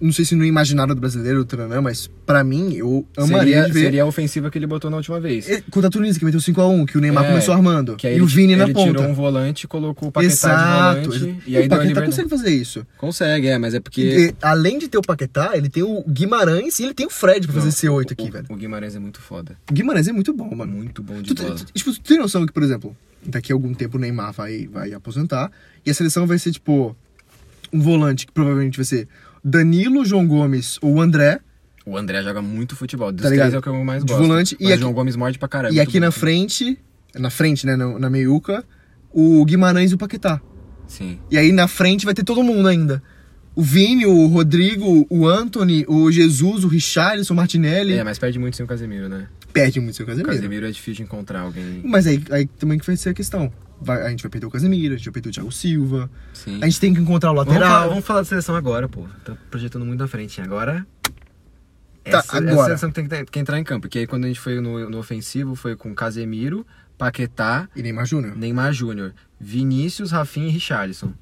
B: não sei se no imaginário do brasileiro, taranã, mas pra mim, eu amaria
A: Seria,
B: de ver.
A: seria a ofensiva que ele botou na última vez.
B: É, Contra a Tunísia, que meteu 5x1, que o Neymar
A: É,
B: começou armando.
A: Que aí
B: E o
A: ele-
B: Vini na
A: ele
B: ponta.
A: tirou um volante, colocou o Paquetá de
B: Exato.
A: volante. E
B: o
A: aí deu a
B: Paquetá
A: liberdade.
B: consegue fazer isso.
A: Consegue, é, mas é porque...
B: E, além de ter o Paquetá, ele tem o Guimarães e ele tem o Fred pra fazer esse
A: Não,
B: 8 aqui,
A: o,
B: velho.
A: O Guimarães é muito foda.
B: O Guimarães é muito bom, mano.
A: Muito bom de
B: Tu, tem-
A: bola.
B: tu- tipo, tu tem noção que, por exemplo, daqui a algum tempo o Neymar vai, vai aposentar e a seleção vai ser, tipo, um volante que provavelmente vai ser Danilo, João Gomes ou André.
A: O André joga muito futebol. Dos
B: Tá
A: três
B: ligado?
A: é o que eu mais
B: De
A: gosto.
B: volante, e
A: mas o
B: aqui-
A: João Gomes morde pra caralho.
B: e aqui na frente, na frente, né, na, na meiuca, o Guimarães e o Paquetá.
A: Sim.
B: E aí na frente vai ter todo mundo ainda. O Vini, o Rodrigo, o Anthony, o Jesus, o Richarlison, o Martinelli.
A: É, mas perde muito sem o Casemiro, né?
B: Perde muito seu
A: O
B: Casemiro.
A: Casemiro é difícil de encontrar alguém.
B: Mas aí, aí também que vai ser a questão. Vai- a gente vai perder o Casemiro, a gente vai perder o Thiago Silva.
A: Sim.
B: A gente tem que encontrar o
D: Vamos falar,
B: lateral.
D: vamos falar da seleção agora, pô. Tá projetando muito na frente. Agora.
B: Tá,
D: essa,
B: agora.
D: Essa seleção que tem que ter.
A: Tem que entrar em campo, porque aí quando a gente foi no, no ofensivo, foi com Casemiro, Paquetá,
B: E Neymar Júnior.
A: Neymar Júnior, Vinícius, Rafinha e Richarlison.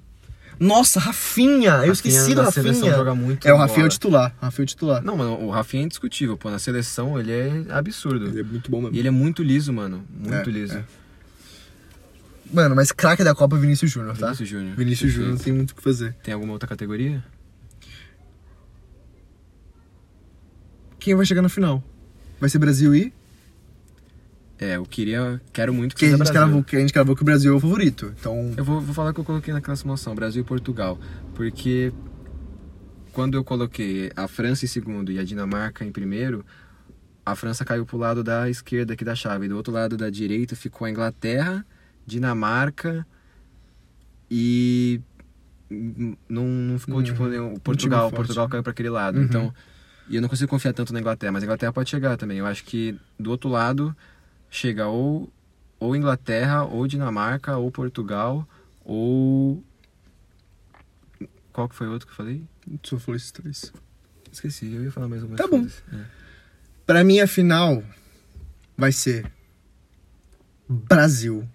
B: Nossa, Rafinha! Eu esqueci do
D: da seleção
B: Rafinha.
D: joga muito.
B: É o
D: bola.
B: Rafinha é o titular. Rafinha é o titular.
A: Não, mano, o Rafinha é indiscutível, pô. Na seleção ele é absurdo.
B: é muito bom
A: E ele é muito liso, mano. Muito
B: É,
A: liso.
B: é. Mano, mas craque da Copa é Vinícius Júnior, tá?
A: Vinícius Júnior.
B: Vinícius Júnior não
A: Perfeito.
B: tem muito o que fazer.
A: Tem alguma outra categoria?
B: Quem vai chegar na final? Vai ser Brasil e?
A: É, eu queria. Quero muito que
B: Que a,
A: seja
B: gente
A: Brasil.
B: cravou, que a gente cravou que o Brasil é o favorito. Então,
A: Eu vou, vou falar o que eu coloquei na classificação, Brasil e Portugal. Porque quando eu coloquei a França em segundo e a Dinamarca em primeiro, a França caiu pro lado da esquerda aqui da chave. Do outro lado da direita ficou a Inglaterra, Dinamarca e n- não, não ficou tipo nenhum, o Portugal, o
B: forte.
A: Portugal caiu para aquele
B: Uhum.
A: lado. Então, e eu não consigo confiar tanto na Inglaterra, mas a Inglaterra pode chegar também. Eu acho que do outro lado chega ou ou Inglaterra, ou Dinamarca, ou Portugal, ou qual que foi o outro que eu falei?
B: só falou esses três.
A: Esqueci, eu ia falar mais É. uma
B: Tá bom. Pra mim, a final vai ser Brasil.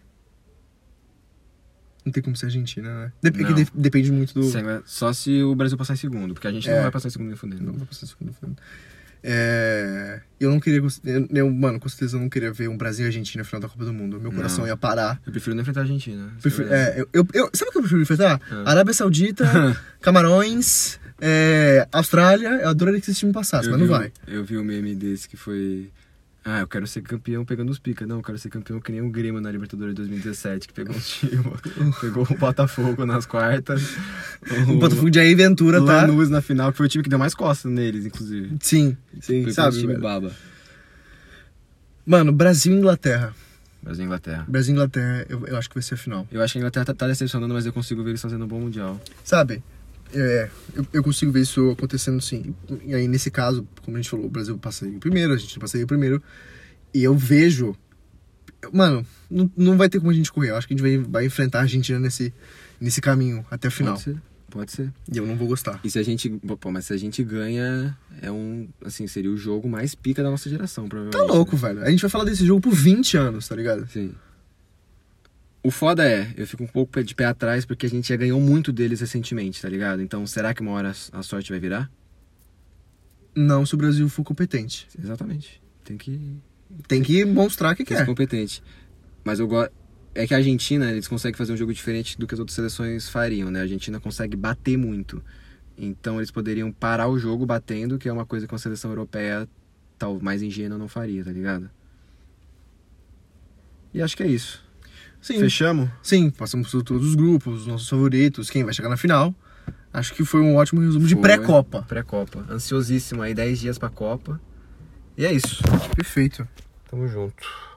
B: Não tem como ser Argentina, né? Dep
A: Não.
B: que de- depende muito do.
A: Só se o Brasil passar em segundo, porque a gente
B: É.
A: não vai passar em segundo nem
B: Não
A: fudendo.
B: vou passar segundo filme. É, eu não queria. cons- Eu, eu, mano, com certeza eu não queria ver um Brasil e Argentina na final da Copa do Mundo. Meu coração
A: Não.
B: ia parar.
A: Eu prefiro não enfrentar a Argentina. isso
B: Prefiro-
A: verdade.
B: é, eu- eu- eu- sabe o que eu prefiro enfrentar?
A: É.
B: Arábia Saudita, Camarões, é, Austrália. Eu adoraria que esse time passasse,
A: Eu
B: mas não
A: vi um-
B: vai.
A: Eu vi um meme desse que foi. Ah, eu quero ser campeão pegando os pica. Não, eu quero ser campeão que nem o Grêmio na Libertadores de 2017, que pegou um time, pegou o Botafogo nas quartas.
B: O Botafogo de Jair Ventura,
A: Lanús
B: tá?
A: na final, que foi o time que deu mais costas neles, inclusive.
B: Sim, sim,
A: Foi
B: sabe?
A: o time
B: velho?
A: baba.
B: Mano, Brasil e Inglaterra.
A: Brasil e Inglaterra.
B: Brasil e Inglaterra, eu, eu acho que vai ser a final.
A: Eu acho que a Inglaterra tá, tá decepcionando, mas eu consigo ver eles fazendo um bom mundial.
B: Sabe? É, eu, eu consigo ver isso acontecendo sim. E aí, nesse caso, como a gente falou, o Brasil passa em primeiro, a gente passa em primeiro. E eu vejo. Mano, não, não vai ter como a gente correr. Eu acho que a gente vai, vai enfrentar a Argentina nesse, nesse caminho até a final.
A: Pode ser. Pode ser.
B: E eu não vou gostar.
A: E se a gente. Pô, mas se a gente ganha, é um. Assim, seria o jogo mais pica da nossa geração,
B: Tá
A: provavelmente.
B: louco, velho. A gente vai falar desse jogo por 20 anos, tá ligado?
A: Sim. Assim, O foda é, eu fico um pouco de pé atrás porque a gente já ganhou muito deles recentemente, tá ligado? Então será que uma hora a sorte vai virar?
B: Não se o Brasil for competente.
A: Exatamente. Tem que
B: Tem que mostrar que É.
A: tem que ser
B: quer.
A: competente. Mas eu gosto. É que a Argentina, eles conseguem fazer um jogo diferente do que as outras seleções fariam, né? A Argentina consegue bater muito. Então eles poderiam parar o jogo batendo, que é uma coisa que uma seleção europeia tal, mais ingênua não faria, tá ligado? E acho que é isso.
B: Sim.
A: Fechamos?
B: Sim, passamos por todos os grupos, os nossos favoritos, quem vai chegar na final. Acho que foi um ótimo resumo de
A: Foi.
B: pré-copa.
A: Pré-Copa. Ansiosíssimo aí, 10 dias pra Copa. E é isso.
B: Perfeito.
D: Tamo junto.